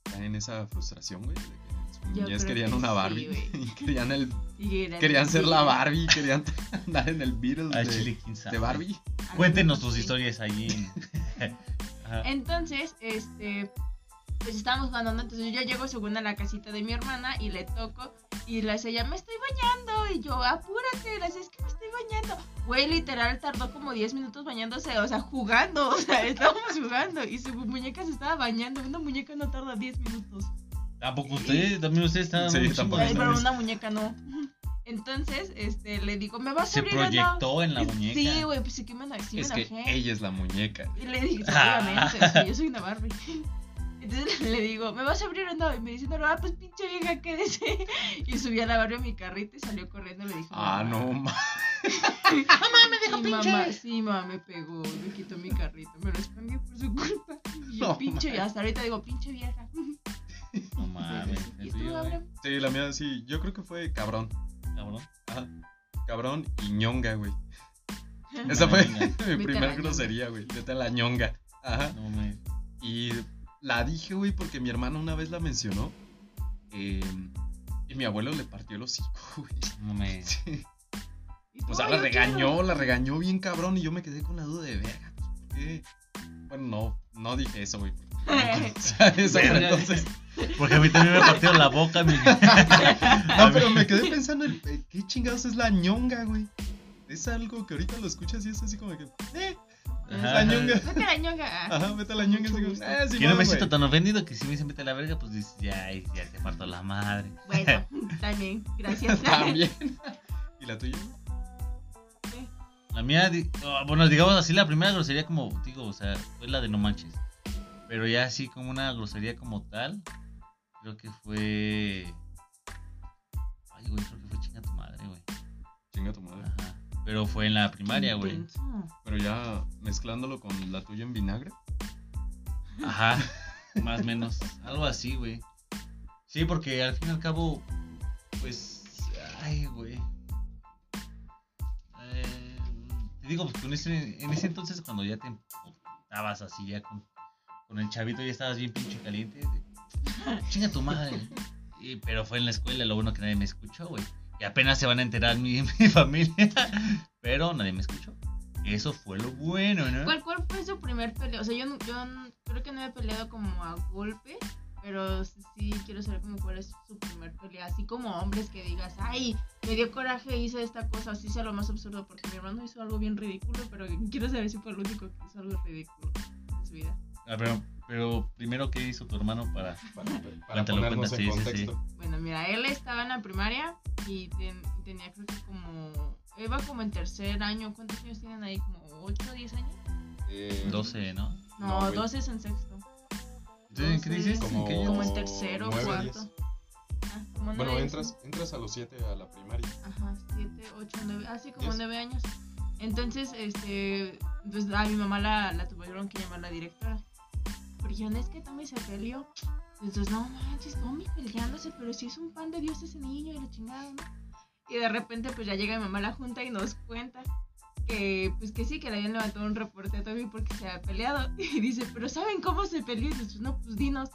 [SPEAKER 3] traen esa frustración, güey? De que en su
[SPEAKER 2] Yo
[SPEAKER 3] niñez
[SPEAKER 2] creo
[SPEAKER 3] querían
[SPEAKER 2] que
[SPEAKER 3] una
[SPEAKER 2] sí,
[SPEAKER 3] Barbie.
[SPEAKER 2] güey.
[SPEAKER 3] y querían, el,
[SPEAKER 2] Sí, era
[SPEAKER 3] querían ser la
[SPEAKER 2] convertible.
[SPEAKER 3] Barbie. Querían andar en el Beatle
[SPEAKER 1] Al
[SPEAKER 3] Ah, de,
[SPEAKER 1] chile, quién sabe.
[SPEAKER 3] de Barbie.
[SPEAKER 2] Ah,
[SPEAKER 1] Cuéntenos
[SPEAKER 2] sí.
[SPEAKER 1] sus historias allí. en- Ah, Ajá.
[SPEAKER 2] Entonces, este, pues estábamos jugando, ¿no? Entonces yo llego según a la casita de mi hermana y le toco y le dice, ya me estoy bañando. Y yo, apúrate, le dice, es que me estoy bañando. Güey, literal, tardó como 10 minutos bañándose, o sea, jugando, o sea, estábamos jugando y su muñeca se estaba bañando. Una muñeca no tarda 10 minutos.
[SPEAKER 1] Tampoco ustedes, también ustedes están.
[SPEAKER 3] Sí,
[SPEAKER 1] un chingo
[SPEAKER 3] tampoco
[SPEAKER 1] de-
[SPEAKER 2] Ay, pero
[SPEAKER 3] sabes.
[SPEAKER 2] una muñeca no. Entonces, este, le digo, ¿me vas a
[SPEAKER 1] Se
[SPEAKER 2] abrir o no?
[SPEAKER 1] proyectó en la muñeca.
[SPEAKER 2] Sí, güey, pues sí que me, ena- sí me
[SPEAKER 3] es que Ah.
[SPEAKER 2] enojé.
[SPEAKER 3] ella es la muñeca.
[SPEAKER 2] Y le dije, seguramente, o sea, yo soy una Barbie. Entonces le digo, ¿me vas a abrir o no? Y me dice, no, ah, pues pinche vieja, quédese. Y subí a la Barbie a mi carrito y salió corriendo y le dije,
[SPEAKER 3] Ah, no, ma.
[SPEAKER 2] Mamá, me dejó pinche. Mamá, sí, mamá, me pegó, me quitó mi carrito, me lo escondió por su culpa. Y yo,
[SPEAKER 3] No,
[SPEAKER 2] pinche,
[SPEAKER 3] mames.
[SPEAKER 2] hasta ahorita digo, pinche vieja.
[SPEAKER 1] No mames.
[SPEAKER 2] ¿Y
[SPEAKER 1] es
[SPEAKER 2] tú,
[SPEAKER 3] eh.
[SPEAKER 1] tuyo,
[SPEAKER 2] Abraham?
[SPEAKER 3] Sí, la mía sí. Yo creo que fue cabrón.
[SPEAKER 1] Cabrón.
[SPEAKER 3] Ajá. Cabrón y ñonga, güey. Esa fue
[SPEAKER 1] Ñonga.
[SPEAKER 3] mi
[SPEAKER 2] la
[SPEAKER 3] primera
[SPEAKER 2] ñonga.
[SPEAKER 3] grosería, güey. Vete a la ñonga. Ajá.
[SPEAKER 1] No mames.
[SPEAKER 3] Y la dije, güey, porque mi hermana una vez la mencionó. eh, y mi abuelo le partió el hocico, güey.
[SPEAKER 1] No mames.
[SPEAKER 3] Sí.
[SPEAKER 2] Y tú,
[SPEAKER 3] O sea,
[SPEAKER 2] "Ay,
[SPEAKER 3] la
[SPEAKER 2] yo
[SPEAKER 3] regañó, la regañó bien cabrón. Y yo me quedé con la duda de verga. pues, ¿por qué? Bueno, no, no dije eso, güey. porque-
[SPEAKER 2] quiero".
[SPEAKER 3] O sea, eso, pero entonces.
[SPEAKER 1] Porque a mí también me partió la boca. mi-
[SPEAKER 3] No, pero me quedé pensando, el- eh, ¿qué chingados es la ñonga, güey? Es algo que ahorita lo escuchas y es así como que, eh, es la
[SPEAKER 1] Ajá.
[SPEAKER 3] ñonga.
[SPEAKER 2] Vete a la ñonga.
[SPEAKER 3] Ajá, vete a la ñonga. Así como,
[SPEAKER 2] Mucho
[SPEAKER 3] eh, sí,
[SPEAKER 1] Yo no me siento tan ofendido que si me dicen vete a la verga, pues dices, ya, ay, ya te parto la madre.
[SPEAKER 2] Bueno, también, gracias.
[SPEAKER 3] También. ¿Y la tuya?
[SPEAKER 1] La mía, di- ah, bueno, digamos así, la primera grosería como, digo, o sea, fue la de no manches. Pero ya así como una grosería como tal, creo que fue... Ay, güey, creo que fue chinga tu madre, güey.
[SPEAKER 3] Chinga tu madre.
[SPEAKER 1] Ajá. Pero fue en la primaria, güey.
[SPEAKER 2] Intenso.
[SPEAKER 3] Pero ya mezclándolo con la tuya en vinagre.
[SPEAKER 1] Ajá, más o menos. Algo así, güey. Sí, porque al fin y al cabo, pues. Ay, güey. Eh, te digo, pues, en, ese, en ese entonces, cuando ya te estabas así, ya con, con el chavito, ya estabas bien pinche caliente. de, Chinga tu madre. Y- pero fue en la escuela, lo bueno que nadie me escuchó, güey. Y apenas se van a enterar mi, mi familia. Pero nadie me escuchó. Eso fue lo bueno, ¿no?
[SPEAKER 2] ¿Cuál, cuál fue su primer pelea? O sea, yo, no- yo no- creo que no he peleado como a golpe, pero sí quiero saber como cuál es su primer pelea. Así como hombres que digas, ay, me dio coraje, hice esta cosa, así sea lo más absurdo, porque mi hermano hizo algo bien ridículo, pero quiero saber si fue el único que hizo algo ridículo en su vida.
[SPEAKER 1] Ah, pero, pero primero, ¿qué hizo tu hermano para.?
[SPEAKER 3] Para, para
[SPEAKER 1] Cuéntalo,
[SPEAKER 3] ponernos en
[SPEAKER 1] cuenta, sí, sí, sí.
[SPEAKER 3] contexto.
[SPEAKER 2] Bueno, mira, él estaba en la primaria y ten- tenía creo que como... Iba como en tercer año, ¿cuántos años tienen ahí? ¿Como 8 o 10 años?
[SPEAKER 3] Eh,
[SPEAKER 1] 12, ¿no?
[SPEAKER 3] No,
[SPEAKER 2] No,
[SPEAKER 3] güey.
[SPEAKER 2] 12 es en sexto.
[SPEAKER 1] Entonces, ¿qué dices?
[SPEAKER 3] Como-
[SPEAKER 1] ¿En qué año?
[SPEAKER 2] Como en tercero,
[SPEAKER 3] nueve,
[SPEAKER 2] cuarto. Ah, como
[SPEAKER 3] Bueno,
[SPEAKER 2] nueve,
[SPEAKER 3] entras, entras a los 7 a la primaria.
[SPEAKER 2] Ajá, siete, ocho, nueve, así como
[SPEAKER 3] Diez.
[SPEAKER 2] nueve años. Entonces, este, pues a mi mamá la, la tuvieron que llamar la directora. Porque dijeron, es que Tommy se peleó. Entonces, no manches, Tommy peleándose, pero si es un pan de Dios ese niño y la chingada, ¿no? Y de repente, pues ya llega mi mamá a la junta y nos cuenta que, pues que sí, que le habían levantado un reporte a Tommy porque se había peleado. Y dice, pero ¿saben cómo se peleó? Y nosotros, no, pues dinos.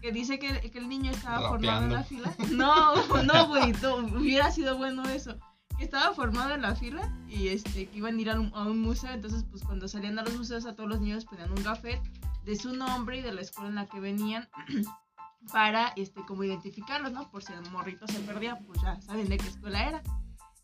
[SPEAKER 2] Que dice que, que el niño estaba formado en la fila. No, no, güey, no, hubiera sido bueno eso que estaba formado en la fila y este que iban a ir a un, a un museo, entonces pues cuando salían a los museos a todos los niños ponían un gafet de su nombre y de la escuela en la que venían para este como identificarlos, ¿no? Por si el morrito se perdía, pues ya saben de qué escuela era.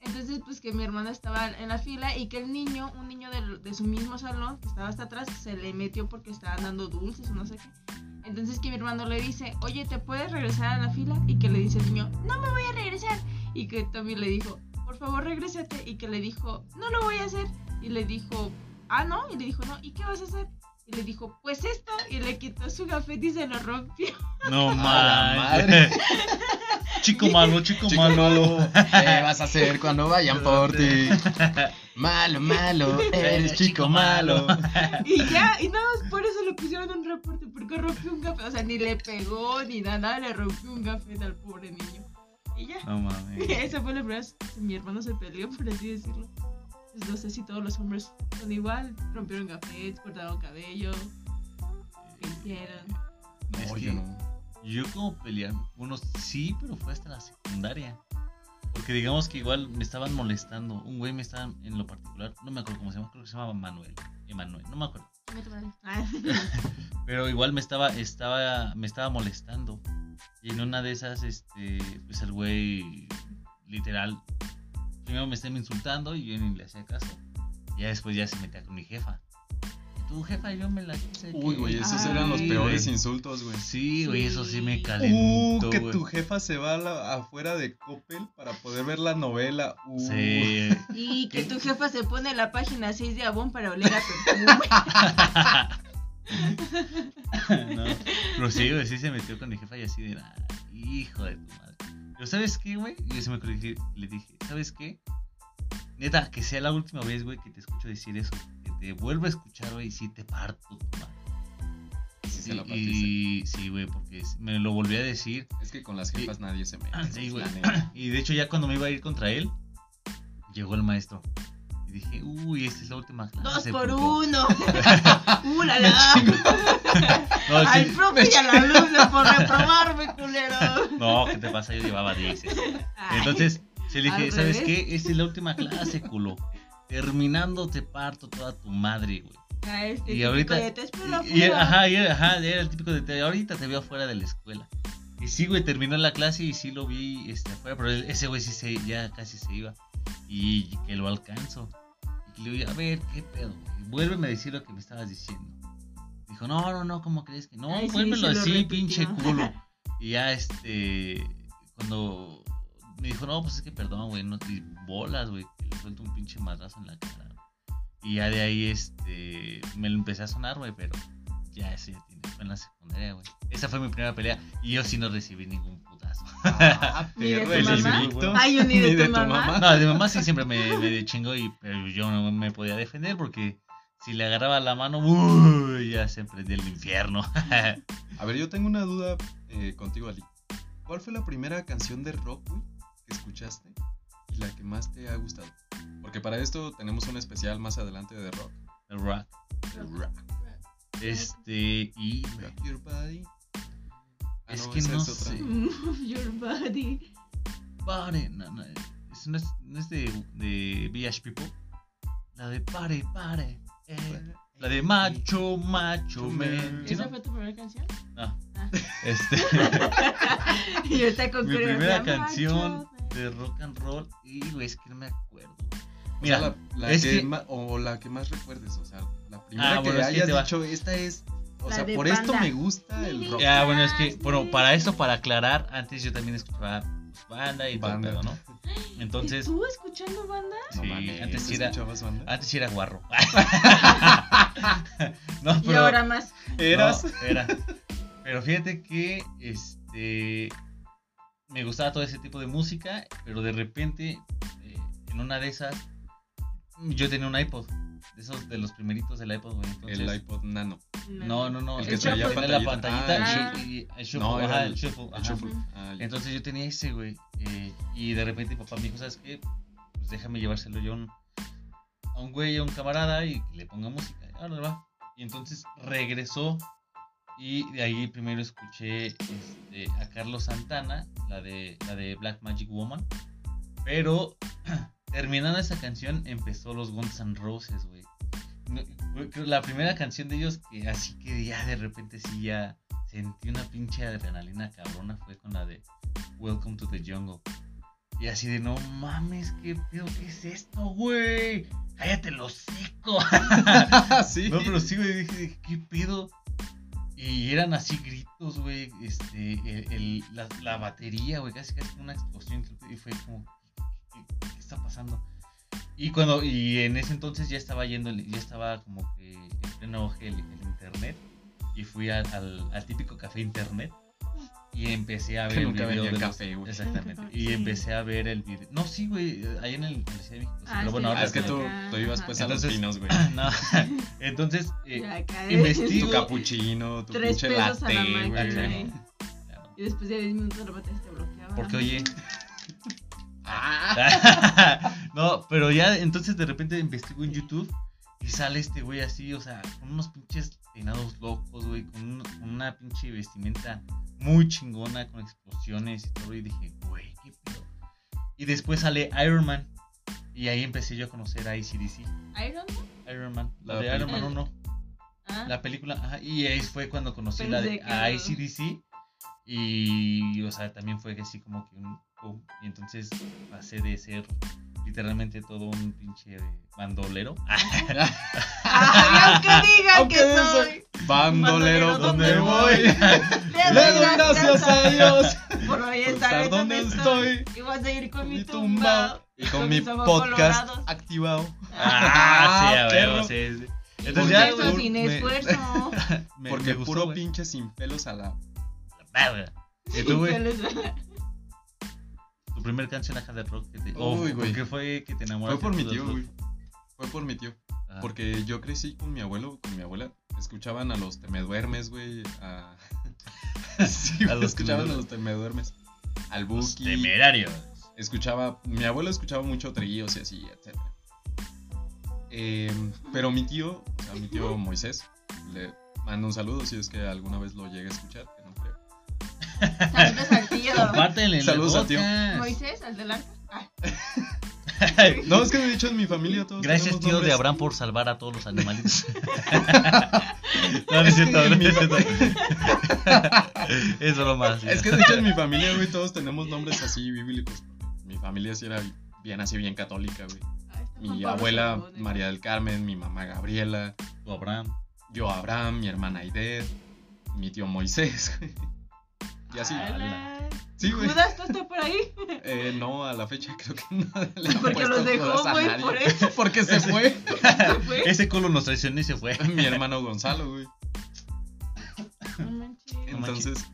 [SPEAKER 2] Entonces, pues que mi hermana estaba en la fila y que el niño, un niño del- de, su mismo salón, que estaba hasta atrás, se le metió porque estaban dando dulces o no sé qué. Entonces que mi hermano le dice, oye, ¿te puedes regresar a la fila? Y que le dice el niño, no me voy a regresar. Y que Tommy le dijo, por favor, regrésate. Y que le dijo, no lo voy a hacer. Y le dijo, ah, no. Y le dijo, no, ¿y qué vas a hacer? Y le dijo, pues esto. Y le quitó su gafete y se lo rompió.
[SPEAKER 1] No
[SPEAKER 4] la
[SPEAKER 1] mames. chico malo, chico,
[SPEAKER 4] Chico
[SPEAKER 1] malo.
[SPEAKER 4] malo, ¿qué vas a hacer cuando vayan por ti? Malo, malo, eres chico malo.
[SPEAKER 2] Y ya, y nada más por eso le pusieron un reporte, porque rompió un café. O sea, ni le pegó ni nada, nada, le rompió un café al pobre niño. Y ya.
[SPEAKER 1] No mames.
[SPEAKER 2] Esa fue la primera vez que mi hermano se peleó, por así decirlo. Pues no sé si todos los hombres son igual. Rompieron cafés, cortaron cabello. ¿Qué hicieron?
[SPEAKER 1] Es
[SPEAKER 3] No,
[SPEAKER 1] que-
[SPEAKER 3] yo no.
[SPEAKER 1] Yo como pelear, bueno, sí, pero fue hasta la secundaria. Porque digamos que igual me estaban molestando. Un güey me estaba en lo particular, no me acuerdo cómo se llama, creo que se llamaba Manuel. Emanuel, no me acuerdo.
[SPEAKER 2] Ah,
[SPEAKER 1] Pero igual me estaba, estaba, me estaba molestando. Y en una de esas, este, pues el güey, literal, primero me estaba insultando y yo ni le hacía caso. Ya después ya se metía con mi jefa. Tu jefa yo me la quise.
[SPEAKER 3] Uy,
[SPEAKER 1] que-
[SPEAKER 3] güey, esos
[SPEAKER 2] Ay,
[SPEAKER 3] eran los
[SPEAKER 1] Sí,
[SPEAKER 3] peores
[SPEAKER 1] güey.
[SPEAKER 3] insultos, güey.
[SPEAKER 1] Sí, güey, eso sí me
[SPEAKER 2] Sí.
[SPEAKER 3] Uh,
[SPEAKER 1] calentó,
[SPEAKER 3] que
[SPEAKER 1] güey.
[SPEAKER 3] tu jefa se va a la- afuera de Coppel para poder ver la novela. Uh.
[SPEAKER 1] Sí.
[SPEAKER 2] Y que
[SPEAKER 1] ¿Qué?
[SPEAKER 2] tu jefa se pone la página 6 de Avon para oler a perfume.
[SPEAKER 1] no. Pero sí, güey, sí se metió con mi jefa y así de "Ah, hijo de tu madre. Pero ¿sabes qué, güey? Yo se me ocurrió decir- le dije, ¿sabes qué? Neta, que sea la última vez, güey, que te escucho decir eso. Que te vuelvo a escuchar, güey, y sí te parto tu madre.
[SPEAKER 3] Y sí se la partiste.
[SPEAKER 1] y sí, güey, porque me lo volví a decir.
[SPEAKER 3] Es que con las jefas nadie se mete.
[SPEAKER 1] Ah, sí, güey.
[SPEAKER 3] la neta.
[SPEAKER 1] Y de hecho, ya cuando me iba a ir contra él, llegó el maestro. Y dije, uy, esta es la última
[SPEAKER 2] Dos
[SPEAKER 1] clase.
[SPEAKER 2] por
[SPEAKER 1] puto".
[SPEAKER 2] uno. ¡Uh, la, la!
[SPEAKER 1] No, sí,
[SPEAKER 2] Al profe y al alumno por reprobarme, culero.
[SPEAKER 1] no, ¿qué te pasa? Yo llevaba 10.
[SPEAKER 2] Ay,
[SPEAKER 1] Entonces, se le dije,
[SPEAKER 2] Al
[SPEAKER 1] ¿sabes
[SPEAKER 2] revés.
[SPEAKER 1] qué? Esta es la última clase, culo. Terminando te parto toda tu madre, güey.
[SPEAKER 2] a este
[SPEAKER 1] y
[SPEAKER 2] típico
[SPEAKER 1] ahorita-
[SPEAKER 2] de, "Te espero
[SPEAKER 1] Y, y-
[SPEAKER 2] afuera".
[SPEAKER 1] ajá, y- ajá, era el típico de te- ahorita te veo afuera de la escuela. Y sí, güey, terminó la clase y sí lo vi este, afuera, pero él- ese güey sí se, ya casi se iba. Y que lo alcanzo. Y que le digo, a ver, ¿qué pedo? güey? Vuélveme a decir lo que me estabas diciendo. Dijo, no, no, no, ¿cómo crees que no?
[SPEAKER 2] Ay, sí,
[SPEAKER 1] Vuélvelo
[SPEAKER 2] se lo
[SPEAKER 1] así,
[SPEAKER 2] repitió.
[SPEAKER 1] pinche culo. Y ya, este, cuando me dijo, no, pues es que perdón, güey, no te bolas, güey, que le suelto un pinche madrazo en la cara. Y ya de ahí, este, me lo empecé a sonar, güey, pero ya eso ya tiene, fue en la secundaria, güey. Esa fue mi primera pelea y yo sí no recibí ningún putazo.
[SPEAKER 3] Ah,
[SPEAKER 2] Ni de
[SPEAKER 3] perro,
[SPEAKER 2] tu
[SPEAKER 3] el
[SPEAKER 2] mamá.
[SPEAKER 3] insulto.
[SPEAKER 2] Ay, yo ni de tu
[SPEAKER 3] tu
[SPEAKER 2] mamá.
[SPEAKER 1] No, de mamá sí siempre me, me chingó y pero yo no me podía defender porque Si le agarraba la mano, ¡uy! ya se emprendía el infierno.
[SPEAKER 3] A ver, yo tengo una duda eh, contigo, Ali. ¿Cuál fue la primera canción de rock, güey, que escuchaste y la que más te ha gustado? Porque para esto tenemos un especial más adelante de rock.
[SPEAKER 1] El rock.
[SPEAKER 3] De rock.
[SPEAKER 1] Este, y
[SPEAKER 3] Rock Your Body. Ah,
[SPEAKER 1] Es que
[SPEAKER 3] esa
[SPEAKER 1] no
[SPEAKER 3] es otra.
[SPEAKER 1] sé.
[SPEAKER 2] Move Mm, your body.
[SPEAKER 1] pare, no, no, es, no es, no es de, de VH People. La de pare, pare. eh. La de macho, macho, men. ¿Sí,
[SPEAKER 2] ¿Esa
[SPEAKER 1] no?
[SPEAKER 2] fue tu primera canción?
[SPEAKER 1] No.
[SPEAKER 2] Ah.
[SPEAKER 1] Este,
[SPEAKER 2] y yo te
[SPEAKER 1] mi primera canción
[SPEAKER 2] eh.
[SPEAKER 1] de rock and roll. Y, güey, es que no me acuerdo.
[SPEAKER 3] O sea,
[SPEAKER 1] Mira,
[SPEAKER 3] la, la
[SPEAKER 1] es
[SPEAKER 3] que
[SPEAKER 1] que-
[SPEAKER 3] ma- o la que más recuerdes, o sea, la primera
[SPEAKER 1] Ah, bueno,
[SPEAKER 3] que
[SPEAKER 1] es que
[SPEAKER 3] hayas
[SPEAKER 1] te va.
[SPEAKER 3] dicho, esta es, o
[SPEAKER 2] La
[SPEAKER 3] sea,
[SPEAKER 2] de
[SPEAKER 3] por esto
[SPEAKER 2] Panda.
[SPEAKER 3] me gusta el rock.
[SPEAKER 1] Ya, bueno, es que, bueno, para eso, para aclarar, antes yo también escuchaba pues, banda y
[SPEAKER 3] Banda.
[SPEAKER 1] todo el pedo, ¿no? Entonces,
[SPEAKER 2] ¿Estuvo escuchando banda?
[SPEAKER 3] No
[SPEAKER 1] Sí,
[SPEAKER 3] mames,
[SPEAKER 1] antes
[SPEAKER 3] ¿no
[SPEAKER 1] era- ¿Ah,
[SPEAKER 3] escuchabas banda?
[SPEAKER 1] antes sí era guarro. no,
[SPEAKER 2] Y
[SPEAKER 1] pero.
[SPEAKER 2] ahora más.
[SPEAKER 3] ¿Eras?
[SPEAKER 1] No, era. Pero fíjate que, este. Me gustaba todo ese tipo de música, pero de repente, eh, en una de esas, yo tenía un iPod. De esos, de los primeritos del iPod, güey. Entonces,
[SPEAKER 3] el iPod Nano.
[SPEAKER 1] No, no, no.
[SPEAKER 3] El
[SPEAKER 1] El
[SPEAKER 2] que
[SPEAKER 1] que
[SPEAKER 2] traía
[SPEAKER 1] la
[SPEAKER 3] pantallita.
[SPEAKER 1] pantallita y,
[SPEAKER 2] Ah, el
[SPEAKER 1] y- el shuffle.
[SPEAKER 3] No, era
[SPEAKER 1] ajá,
[SPEAKER 3] el-
[SPEAKER 1] el shuffle.
[SPEAKER 3] El
[SPEAKER 1] ajá.
[SPEAKER 3] shuffle. Ah, ya.
[SPEAKER 1] Entonces yo tenía ese, güey. eh, y de repente mi papá me dijo, ¿sabes qué? Pues déjame llevárselo yo a un, a un güey, a un camarada y que le ponga música. Ah, le va. Y entonces regresó y de ahí primero escuché este, a Carlos Santana, la de, la de Black Magic Woman. Pero terminando esa canción empezó los Guns N' Roses, güey. No, güey, creo La primera canción de ellos que así que ya de repente sí ya sentí una pinche adrenalina cabrona fue con la de Welcome to the Jungle. Y así de no mames, qué pedo, qué es esto, güey. Cállate el hocico.
[SPEAKER 3] Ah, sí.
[SPEAKER 1] No, pero sí, güey, dije, dije, ¿qué pedo? Y eran así gritos, güey, este, el- el- la, la batería, güey, casi casi una explosión. Y fue como, ¿qué, qué- qué está pasando? Y cuando, y en ese entonces ya estaba yendo, el- ya estaba como que en pleno auge el, el internet. Y fui al, al- al típico café internet. Y empecé a
[SPEAKER 3] Que
[SPEAKER 1] ver el
[SPEAKER 3] nunca
[SPEAKER 1] video
[SPEAKER 3] vendían
[SPEAKER 1] de los-
[SPEAKER 3] café, güey.
[SPEAKER 1] Exactamente.
[SPEAKER 2] Sí.
[SPEAKER 1] Y empecé a ver el video. No, sí, güey, ahí en el en la Ciudad de México. sí,
[SPEAKER 2] Ah,
[SPEAKER 1] pero
[SPEAKER 2] sí,
[SPEAKER 1] bueno,
[SPEAKER 2] sí,
[SPEAKER 1] ahora
[SPEAKER 3] Ah, es que
[SPEAKER 1] está-
[SPEAKER 3] tú,
[SPEAKER 2] Ajá.
[SPEAKER 3] tú ibas pues a
[SPEAKER 1] Entonces-
[SPEAKER 3] los pinos, güey.
[SPEAKER 1] No. Entonces, eh,
[SPEAKER 2] Ya acá
[SPEAKER 1] investigo-
[SPEAKER 3] Tu capuchino, tu
[SPEAKER 2] Tres
[SPEAKER 3] pinche
[SPEAKER 2] pesos a la
[SPEAKER 3] latte,
[SPEAKER 1] Ah,
[SPEAKER 2] máquina,
[SPEAKER 1] claro.
[SPEAKER 3] güey.
[SPEAKER 2] güey.
[SPEAKER 1] Claro.
[SPEAKER 2] Y después de 10 minutos la batería te bloqueaba.
[SPEAKER 1] Porque oye,
[SPEAKER 3] Ah,
[SPEAKER 1] no, pero ya entonces de repente investigo en YouTube y sale este güey así, o sea, con unos pinches peinados locos, güey, con, un- con una pinche vestimenta muy chingona, con explosiones y todo, y dije, güey, qué pedo. Y después sale Iron Man, y ahí empecé yo a conocer a ICDC,
[SPEAKER 2] Iron Man.
[SPEAKER 1] Iron Man, la
[SPEAKER 3] La
[SPEAKER 1] de Iron Man
[SPEAKER 2] película.
[SPEAKER 1] 1.
[SPEAKER 2] Ah,
[SPEAKER 1] la película, ajá, y ahí fue cuando conocí la
[SPEAKER 2] Pensé
[SPEAKER 1] de
[SPEAKER 2] que
[SPEAKER 1] a
[SPEAKER 2] no.
[SPEAKER 1] ICDC y, o sea, también fue así como que un boom, y entonces pasé de ser literalmente todo un pinche bandolero
[SPEAKER 2] Ay, aunque digan
[SPEAKER 3] Aunque
[SPEAKER 2] Ah, que
[SPEAKER 3] eso-
[SPEAKER 2] soy.
[SPEAKER 3] pues, bandolero,
[SPEAKER 2] Bandolero,
[SPEAKER 3] ¿dónde
[SPEAKER 2] ¿dónde
[SPEAKER 3] voy?
[SPEAKER 2] Le
[SPEAKER 3] Le doy gracias a Dios
[SPEAKER 2] Por hoy
[SPEAKER 3] por
[SPEAKER 2] estar
[SPEAKER 3] estar
[SPEAKER 2] en
[SPEAKER 3] donde
[SPEAKER 2] esta-
[SPEAKER 3] estoy.
[SPEAKER 2] Y voy a seguir con mi
[SPEAKER 3] mi
[SPEAKER 2] tumba.
[SPEAKER 3] tumbao y con
[SPEAKER 2] con
[SPEAKER 3] mi
[SPEAKER 2] mis ojos
[SPEAKER 3] podcast
[SPEAKER 2] colorados.
[SPEAKER 3] activado.
[SPEAKER 1] ah, sí, a ver,
[SPEAKER 3] perro.
[SPEAKER 1] sí, sí.
[SPEAKER 2] Con
[SPEAKER 1] Entonces ya,
[SPEAKER 3] Porque-
[SPEAKER 2] eso,
[SPEAKER 1] güey,
[SPEAKER 2] sin
[SPEAKER 3] me-
[SPEAKER 2] esfuerzo.
[SPEAKER 1] me-
[SPEAKER 3] Porque
[SPEAKER 1] me gustó,
[SPEAKER 3] puro
[SPEAKER 1] güey. Ah,
[SPEAKER 3] pinche sin pelos a la.
[SPEAKER 1] La verga. ¿Y tú,
[SPEAKER 2] Yo
[SPEAKER 1] güey?
[SPEAKER 2] les-
[SPEAKER 1] Tu primer canción ajá, de rock que te...
[SPEAKER 3] Uy,
[SPEAKER 1] Uy,
[SPEAKER 3] güey.
[SPEAKER 1] güey. ¿Por qué fue que te
[SPEAKER 3] Fue
[SPEAKER 1] enamoraste?
[SPEAKER 3] por mi
[SPEAKER 1] de
[SPEAKER 3] tío,
[SPEAKER 1] los-
[SPEAKER 3] güey. Fue por mi tío.
[SPEAKER 1] Ah,
[SPEAKER 3] Porque yo crecí con mi abuelo, con mi abuela. Escuchaban a los temeduermes, güey. A... sí,
[SPEAKER 1] A
[SPEAKER 3] güey,
[SPEAKER 1] los
[SPEAKER 3] escuchaban a
[SPEAKER 1] temeduermes.
[SPEAKER 3] los temeduermes. Al
[SPEAKER 1] los
[SPEAKER 3] Buki.
[SPEAKER 1] pues temerarios.
[SPEAKER 3] escuchaba, mi abuelo escuchaba mucho tríos y así, etc. pero mi tío, o sea, mi tío Moisés, le mando un saludo si es que alguna vez lo llegue a escuchar, que no creo.
[SPEAKER 2] Saludos al tío.
[SPEAKER 1] Compártenle el
[SPEAKER 3] Saludos al tío.
[SPEAKER 1] podcast.
[SPEAKER 2] Moisés, al del arca. Ah.
[SPEAKER 3] No, es que de hecho en mi familia todos
[SPEAKER 1] Gracias,
[SPEAKER 3] tenemos
[SPEAKER 1] tío de
[SPEAKER 3] nombres.
[SPEAKER 1] Abraham, por salvar a todos los animalitos. no, no es cierto, no es cierto. es broma. sí.
[SPEAKER 3] Es que de hecho en mi familia, güey, todos tenemos nombres así bíblicos. Mi familia sí era bien así, bien católica, güey.
[SPEAKER 2] Ah, está Juan
[SPEAKER 3] Mi
[SPEAKER 2] Pablo eh.
[SPEAKER 3] abuela
[SPEAKER 2] II,
[SPEAKER 3] María del Carmen, mi mamá Gabriela,
[SPEAKER 1] Tu Abraham.
[SPEAKER 3] yo Abraham, mi hermana Aided, mi tío Moisés, güey. Y así.
[SPEAKER 2] Ala.
[SPEAKER 3] Sí, güey.
[SPEAKER 2] Judas, tú estás por ahí.
[SPEAKER 3] Eh, no, a la fecha creo que nada le han
[SPEAKER 2] Porque
[SPEAKER 3] puesto
[SPEAKER 2] los dejó,
[SPEAKER 3] todas a
[SPEAKER 2] güey,
[SPEAKER 3] nadie.
[SPEAKER 2] por eso.
[SPEAKER 3] Porque se fue.
[SPEAKER 2] Se
[SPEAKER 3] Eh,
[SPEAKER 2] fue.
[SPEAKER 1] Ese culo nos traicionó y se fue.
[SPEAKER 3] Mi hermano Gonzalo, güey.
[SPEAKER 2] No manches.
[SPEAKER 3] Entonces,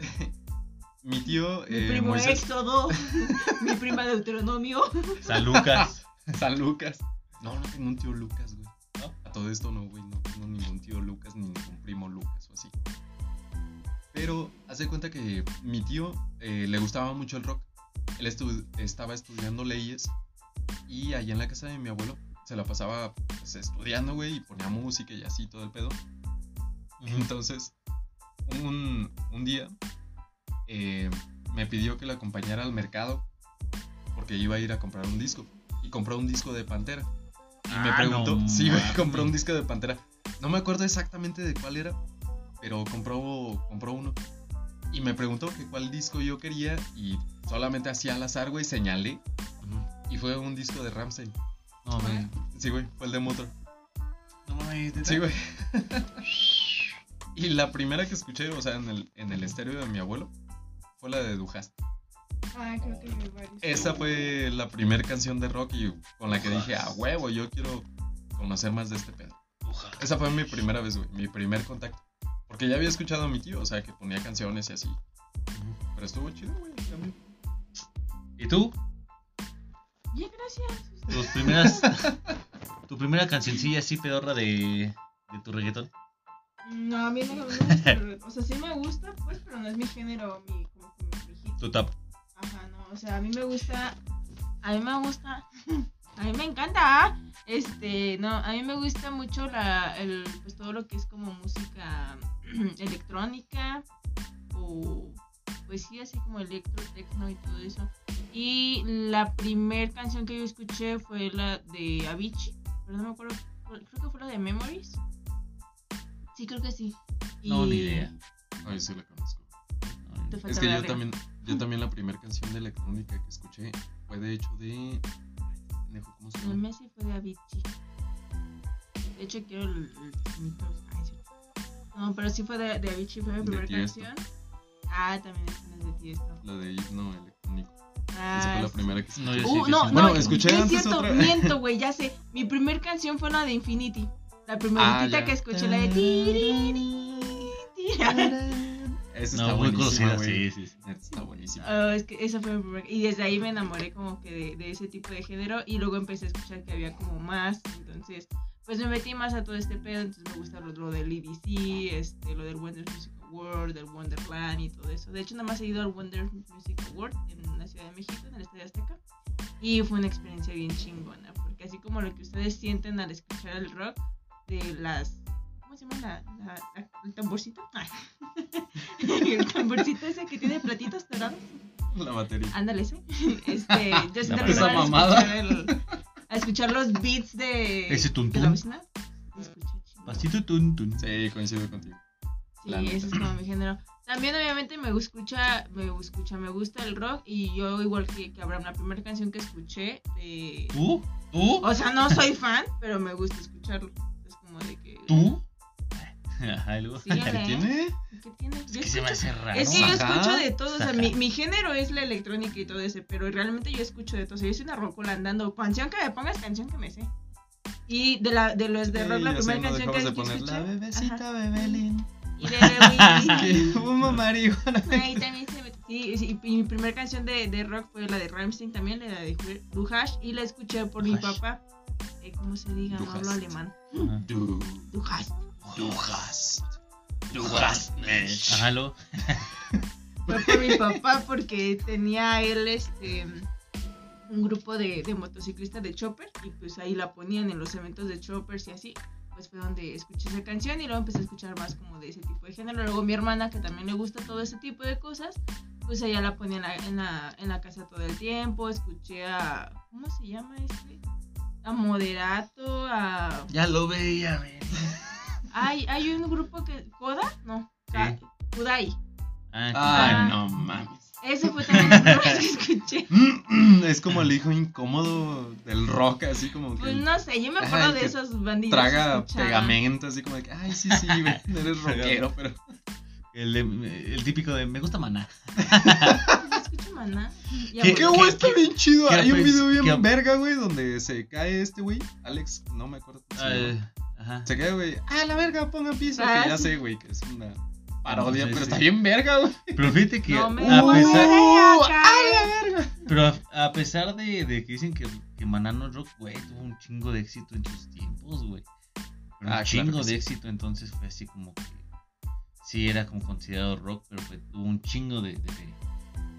[SPEAKER 3] mi tío
[SPEAKER 2] Mi
[SPEAKER 3] eh,
[SPEAKER 2] primo
[SPEAKER 3] Moisés
[SPEAKER 2] Éxodo. mi prima Deuteronomio.
[SPEAKER 1] San Lucas.
[SPEAKER 3] San Lucas. No, no tengo un tío Lucas, güey.
[SPEAKER 1] ¿No?
[SPEAKER 3] A todo esto no, güey, no tengo ningún tío Lucas ni ningún primo Lucas o así. Pero hace cuenta que mi tío eh, le gustaba mucho el rock. Él estu- estaba estudiando leyes y allá en la casa de mi abuelo se la pasaba pues, estudiando, güey, y ponía música y así todo el pedo. Entonces, un, un día eh, me pidió que la acompañara al mercado porque iba a ir a comprar un disco. Y compró un disco de Pantera. Y me
[SPEAKER 1] Ah,
[SPEAKER 3] preguntó,
[SPEAKER 1] no
[SPEAKER 3] sí, güey,
[SPEAKER 1] mames.
[SPEAKER 3] compró un disco de Pantera. No me acuerdo exactamente de cuál era, pero compró, compró uno. Y me preguntó que cuál disco yo quería y solamente hacía al azar, güey, señalé. Y fue un disco de Ramstein.
[SPEAKER 1] No, güey.
[SPEAKER 3] Sí, güey, fue el de Motor.
[SPEAKER 1] No mames, neta.
[SPEAKER 3] Sí, güey. y la primera que escuché, o sea, en el, en el estéreo de mi abuelo, fue la de Dujas.
[SPEAKER 2] Ah, creo que me varios.
[SPEAKER 3] Esa fue la primera canción de rock y con la que dije, a huevo, yo quiero conocer más de este pedo.
[SPEAKER 1] Uja.
[SPEAKER 3] Esa fue mi primera vez, güey, mi primer contacto. Porque ya había escuchado a mi tío, o sea, que ponía canciones y así. Pero estuvo chido, güey, también.
[SPEAKER 1] ¿Y tú?
[SPEAKER 2] Bien, gracias.
[SPEAKER 1] Tus primeras. tu primera cancioncilla así pedorra de, de tu reggaetón.
[SPEAKER 2] No, a mí no me gusta. pero- o sea, sí me gusta, pues, pero no es mi género, mi, como que mi hit.
[SPEAKER 1] Tu tap.
[SPEAKER 2] Ajá, no, o sea, a mí me gusta, a mí me gusta, a mí me encanta, este, no, a mí me gusta mucho la, el, pues todo lo que es como música electrónica o, pues sí, así como electro, techno y todo eso. Y la primer canción que yo escuché fue la de Avicii, pero no me acuerdo, creo que fue la de Memories. Sí, creo que sí.
[SPEAKER 1] No,
[SPEAKER 2] Y-
[SPEAKER 1] ni idea.
[SPEAKER 3] Ay, sí la conozco.
[SPEAKER 2] Te
[SPEAKER 3] Es
[SPEAKER 2] falta
[SPEAKER 3] que
[SPEAKER 2] la
[SPEAKER 3] yo
[SPEAKER 2] de-
[SPEAKER 3] también, yo también la primera canción de electrónica que escuché fue de hecho de... pendejo, ¿Cómo se
[SPEAKER 2] El
[SPEAKER 3] llama?
[SPEAKER 2] Messi fue de Avicii. De hecho, quiero el. el- mi tos- ay, sí. No, pero sí fue de, de Avicii, fue mi
[SPEAKER 3] De
[SPEAKER 2] primera
[SPEAKER 3] Tiesto.
[SPEAKER 2] canción. Ah, también es una de Tiesto.
[SPEAKER 3] La de himno electrónico. Esa
[SPEAKER 2] Ah,
[SPEAKER 3] fue la
[SPEAKER 2] sí.
[SPEAKER 3] primera que escuché.
[SPEAKER 1] No, yo sí.
[SPEAKER 2] Uh, no, no,
[SPEAKER 1] Bueno,
[SPEAKER 3] escuché
[SPEAKER 2] no es
[SPEAKER 3] antes
[SPEAKER 2] cierto,
[SPEAKER 3] otra.
[SPEAKER 2] miento, güey, ya sé. Mi primer canción fue la de Infinity. La primeritita
[SPEAKER 3] Ah, ya.
[SPEAKER 2] que escuché, la de Tiriri.
[SPEAKER 3] Esa está
[SPEAKER 1] No, muy
[SPEAKER 3] buenísima,
[SPEAKER 1] conocida, sí,
[SPEAKER 3] güey.
[SPEAKER 1] sí. sí.
[SPEAKER 3] Neta, Está buenísima.
[SPEAKER 2] Ah, es que esa fue mi primera. Y desde ahí me enamoré como que de, de ese tipo de género. Y luego empecé a escuchar que había como más. Entonces, pues me metí más a todo este pedo. Entonces me gusta lo, lo del EDC, este, lo del Wonder Music Award, del Wonderland y todo eso. De hecho, nada más he ido al Wonder Music Award en la Ciudad de México, en el Estadio Azteca. Y fue una experiencia bien chingona. Porque así como lo que ustedes sienten al escuchar el rock, de las. ¿Cómo se llama? La, la- la- el tamborcito. Ay. el tamborcito ese que tiene platitos dorados.
[SPEAKER 3] La batería.
[SPEAKER 2] Ándale, ese. Este, yo siento
[SPEAKER 1] Esa
[SPEAKER 2] al
[SPEAKER 4] mamada.
[SPEAKER 2] escuchar, el- al escuchar los beats de,
[SPEAKER 1] Ese
[SPEAKER 2] de la
[SPEAKER 1] tuntún.
[SPEAKER 2] vecina. se escucha chido.
[SPEAKER 1] Pasito tun tun.
[SPEAKER 3] Sí, coincido contigo.
[SPEAKER 2] Sí,
[SPEAKER 3] la neta.
[SPEAKER 2] ese es como mi género. También obviamente me escucha, me escucha, me gusta el rock y yo igual que, que Abraham, la primera canción que escuché de...
[SPEAKER 1] ¿Tú? ¿Tú?
[SPEAKER 2] O sea, no soy fan, pero me gusta escucharlo. Es como de que...
[SPEAKER 1] ¿Tú? Ajá, y luego.
[SPEAKER 2] Sí, ya le-
[SPEAKER 3] ¿Tiene?
[SPEAKER 2] ¿Qué tiene?
[SPEAKER 1] Es
[SPEAKER 2] Yo
[SPEAKER 1] que se me
[SPEAKER 2] escucho-
[SPEAKER 1] hace raro.
[SPEAKER 2] Es que yo
[SPEAKER 3] Ajá.
[SPEAKER 2] escucho de todo, o sea, mi, mi género es la electrónica y todo ese, pero realmente yo escucho de todo, o sea, yo soy una rocola andando, canción que me pongas, canción que me sé. Y de, la, de los de rock, la
[SPEAKER 3] Sí, ya sé,
[SPEAKER 2] primera
[SPEAKER 3] no
[SPEAKER 2] canción que,
[SPEAKER 3] dejabas de
[SPEAKER 2] que
[SPEAKER 3] poner
[SPEAKER 2] escuché,
[SPEAKER 3] la
[SPEAKER 2] Ajá.
[SPEAKER 4] bebecita bebelín.
[SPEAKER 2] y de Whitney,
[SPEAKER 4] Que fuma marihuana.
[SPEAKER 2] ahí también se me- sí, sí, y mi primera canción de, de rock fue la de Rammstein también, la de Duhash, y la escuché por mi
[SPEAKER 1] Duhash.
[SPEAKER 2] papá, eh, ¿cómo se diga? No hablo
[SPEAKER 3] Duhash.
[SPEAKER 2] alemán.
[SPEAKER 1] Ajá.
[SPEAKER 3] Du.
[SPEAKER 2] Duhash.
[SPEAKER 3] Dujas.
[SPEAKER 1] Ajá, luego.
[SPEAKER 2] Fue por mi papá porque tenía él este un grupo de, de motociclistas de chopper y pues ahí la ponían en los eventos de choppers y así. Pues fue donde escuché esa canción y luego empecé a escuchar más como de ese tipo de género. Luego mi hermana, que también le gusta todo ese tipo de cosas, pues ella la ponía en la, en la, en la casa todo el tiempo. Escuché a... ¿Cómo se llama este? A Moderato, a...
[SPEAKER 1] Ya lo veía, güey.
[SPEAKER 2] Hay, hay un grupo que... ¿Coda? No. Ka-
[SPEAKER 1] Sí.
[SPEAKER 2] Kudai.
[SPEAKER 1] Ah,
[SPEAKER 4] Ay, no mames.
[SPEAKER 2] Ese fue también el primero que escuché.
[SPEAKER 4] Mm, mm,
[SPEAKER 3] Es como el hijo incómodo del rock, así como que
[SPEAKER 2] Pues no sé, yo me
[SPEAKER 4] Ajá,
[SPEAKER 2] acuerdo
[SPEAKER 4] el
[SPEAKER 2] de
[SPEAKER 4] que
[SPEAKER 2] esos bandidos.
[SPEAKER 4] traga
[SPEAKER 2] escuchaba.
[SPEAKER 4] pegamento, así como de que, ay, sí, sí, güey, eres rockero, pero.
[SPEAKER 1] el, de- el típico de me gusta maná.
[SPEAKER 2] No escucho Pues, maná. Ya
[SPEAKER 1] ¿Qué-
[SPEAKER 2] volví.
[SPEAKER 4] Que güey, está bien chido.
[SPEAKER 1] qué-
[SPEAKER 4] Hay un
[SPEAKER 1] pues,
[SPEAKER 4] video bien
[SPEAKER 1] qué-
[SPEAKER 4] verga, güey, donde se cae este güey. Alex, no me acuerdo. cómo se llama.
[SPEAKER 1] Eh, ajá.
[SPEAKER 4] Se cae, güey. Ah, la verga, pongan piso.
[SPEAKER 2] Ah,
[SPEAKER 4] que ya
[SPEAKER 2] sí.
[SPEAKER 4] sé, güey, que es una parodia,
[SPEAKER 1] Sí,
[SPEAKER 4] pero
[SPEAKER 1] sí.
[SPEAKER 4] está bien verga, güey.
[SPEAKER 1] Pero fíjate que
[SPEAKER 2] No me
[SPEAKER 1] a
[SPEAKER 2] voy
[SPEAKER 1] pesar,
[SPEAKER 4] Uh,
[SPEAKER 2] a caer.
[SPEAKER 4] ¡Ah, la verga!
[SPEAKER 1] pero a, a pesar de, de que dicen que, que Maná no es rock, güey, tuvo un chingo de éxito en sus tiempos, güey. Pero un
[SPEAKER 3] Ah, claro
[SPEAKER 1] chingo
[SPEAKER 3] que
[SPEAKER 1] de
[SPEAKER 3] sí.
[SPEAKER 1] éxito, entonces fue así como que sí era como considerado rock, pero fue, tuvo un chingo de, de feria.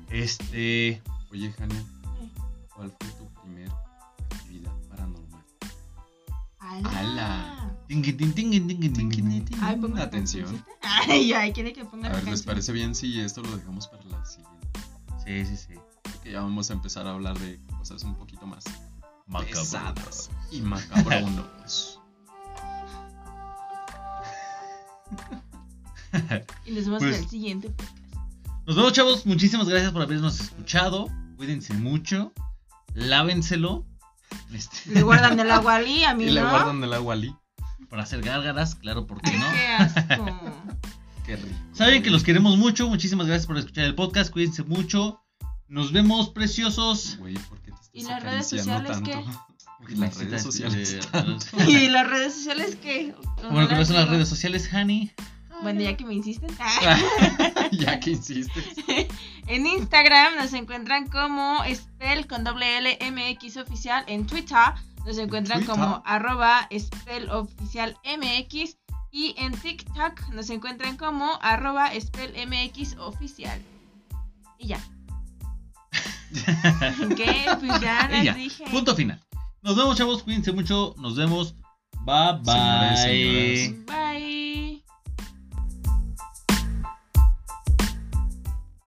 [SPEAKER 1] Este,
[SPEAKER 3] Oye, Jania, ¿cuál fue tu primer actividad paranormal?
[SPEAKER 2] ¡Ala!
[SPEAKER 1] tinguin, tin, tinguin, tinguin, tinguin, tin, tin.
[SPEAKER 2] Ay, pues pongo
[SPEAKER 3] Atención.
[SPEAKER 2] Ay, ay, quiere que ponga
[SPEAKER 3] A
[SPEAKER 2] la
[SPEAKER 3] ver, ¿les
[SPEAKER 2] canción.
[SPEAKER 3] parece bien si esto lo dejamos para la siguiente?
[SPEAKER 1] Sí, sí, sí.
[SPEAKER 3] Creo que ya vamos a empezar a hablar de cosas un poquito más
[SPEAKER 1] Macabro.
[SPEAKER 3] pesadas y macabronas.
[SPEAKER 2] Y nos vemos
[SPEAKER 1] Pues-
[SPEAKER 2] en el siguiente
[SPEAKER 1] Nos vemos, chavos. Muchísimas gracias por habernos escuchado. Cuídense mucho. Lávenselo. Este,
[SPEAKER 2] Le guardan el agua ali a mí,
[SPEAKER 3] y
[SPEAKER 2] ¿no?
[SPEAKER 3] le guardan el agua ali.
[SPEAKER 1] para hacer gárgaras, claro, ¿por qué no?
[SPEAKER 2] Qué asco.
[SPEAKER 3] Qué rico.
[SPEAKER 1] Saben que los queremos mucho. Muchísimas gracias por escuchar el podcast. Cuídense mucho. Nos vemos, preciosos.
[SPEAKER 3] Güey, ¿por qué te estás
[SPEAKER 2] ¿Y las redes
[SPEAKER 3] acariciando
[SPEAKER 2] sociales
[SPEAKER 3] tanto? Y las
[SPEAKER 1] eh,
[SPEAKER 3] redes sociales.
[SPEAKER 2] ¿Y las redes sociales qué?
[SPEAKER 1] Bueno, ¿cuáles son las redes sociales, Hani?
[SPEAKER 2] Bueno, ya que me insisten.
[SPEAKER 3] ya que insistes.
[SPEAKER 2] en Instagram nos encuentran como Spell con doble L MX oficial. En Twitter nos encuentran
[SPEAKER 3] Twitter?
[SPEAKER 2] como arroba Spell oficial MX. Y en TikTok nos encuentran como arroba Spell MX oficial. Y ya. ¿Qué? Pues ya
[SPEAKER 1] Y
[SPEAKER 2] les
[SPEAKER 1] ya.
[SPEAKER 2] dije.
[SPEAKER 1] Punto final. Nos vemos, chavos. Cuídense mucho. Nos vemos. Bye, bye.
[SPEAKER 3] Señores, señoras.
[SPEAKER 2] Bye.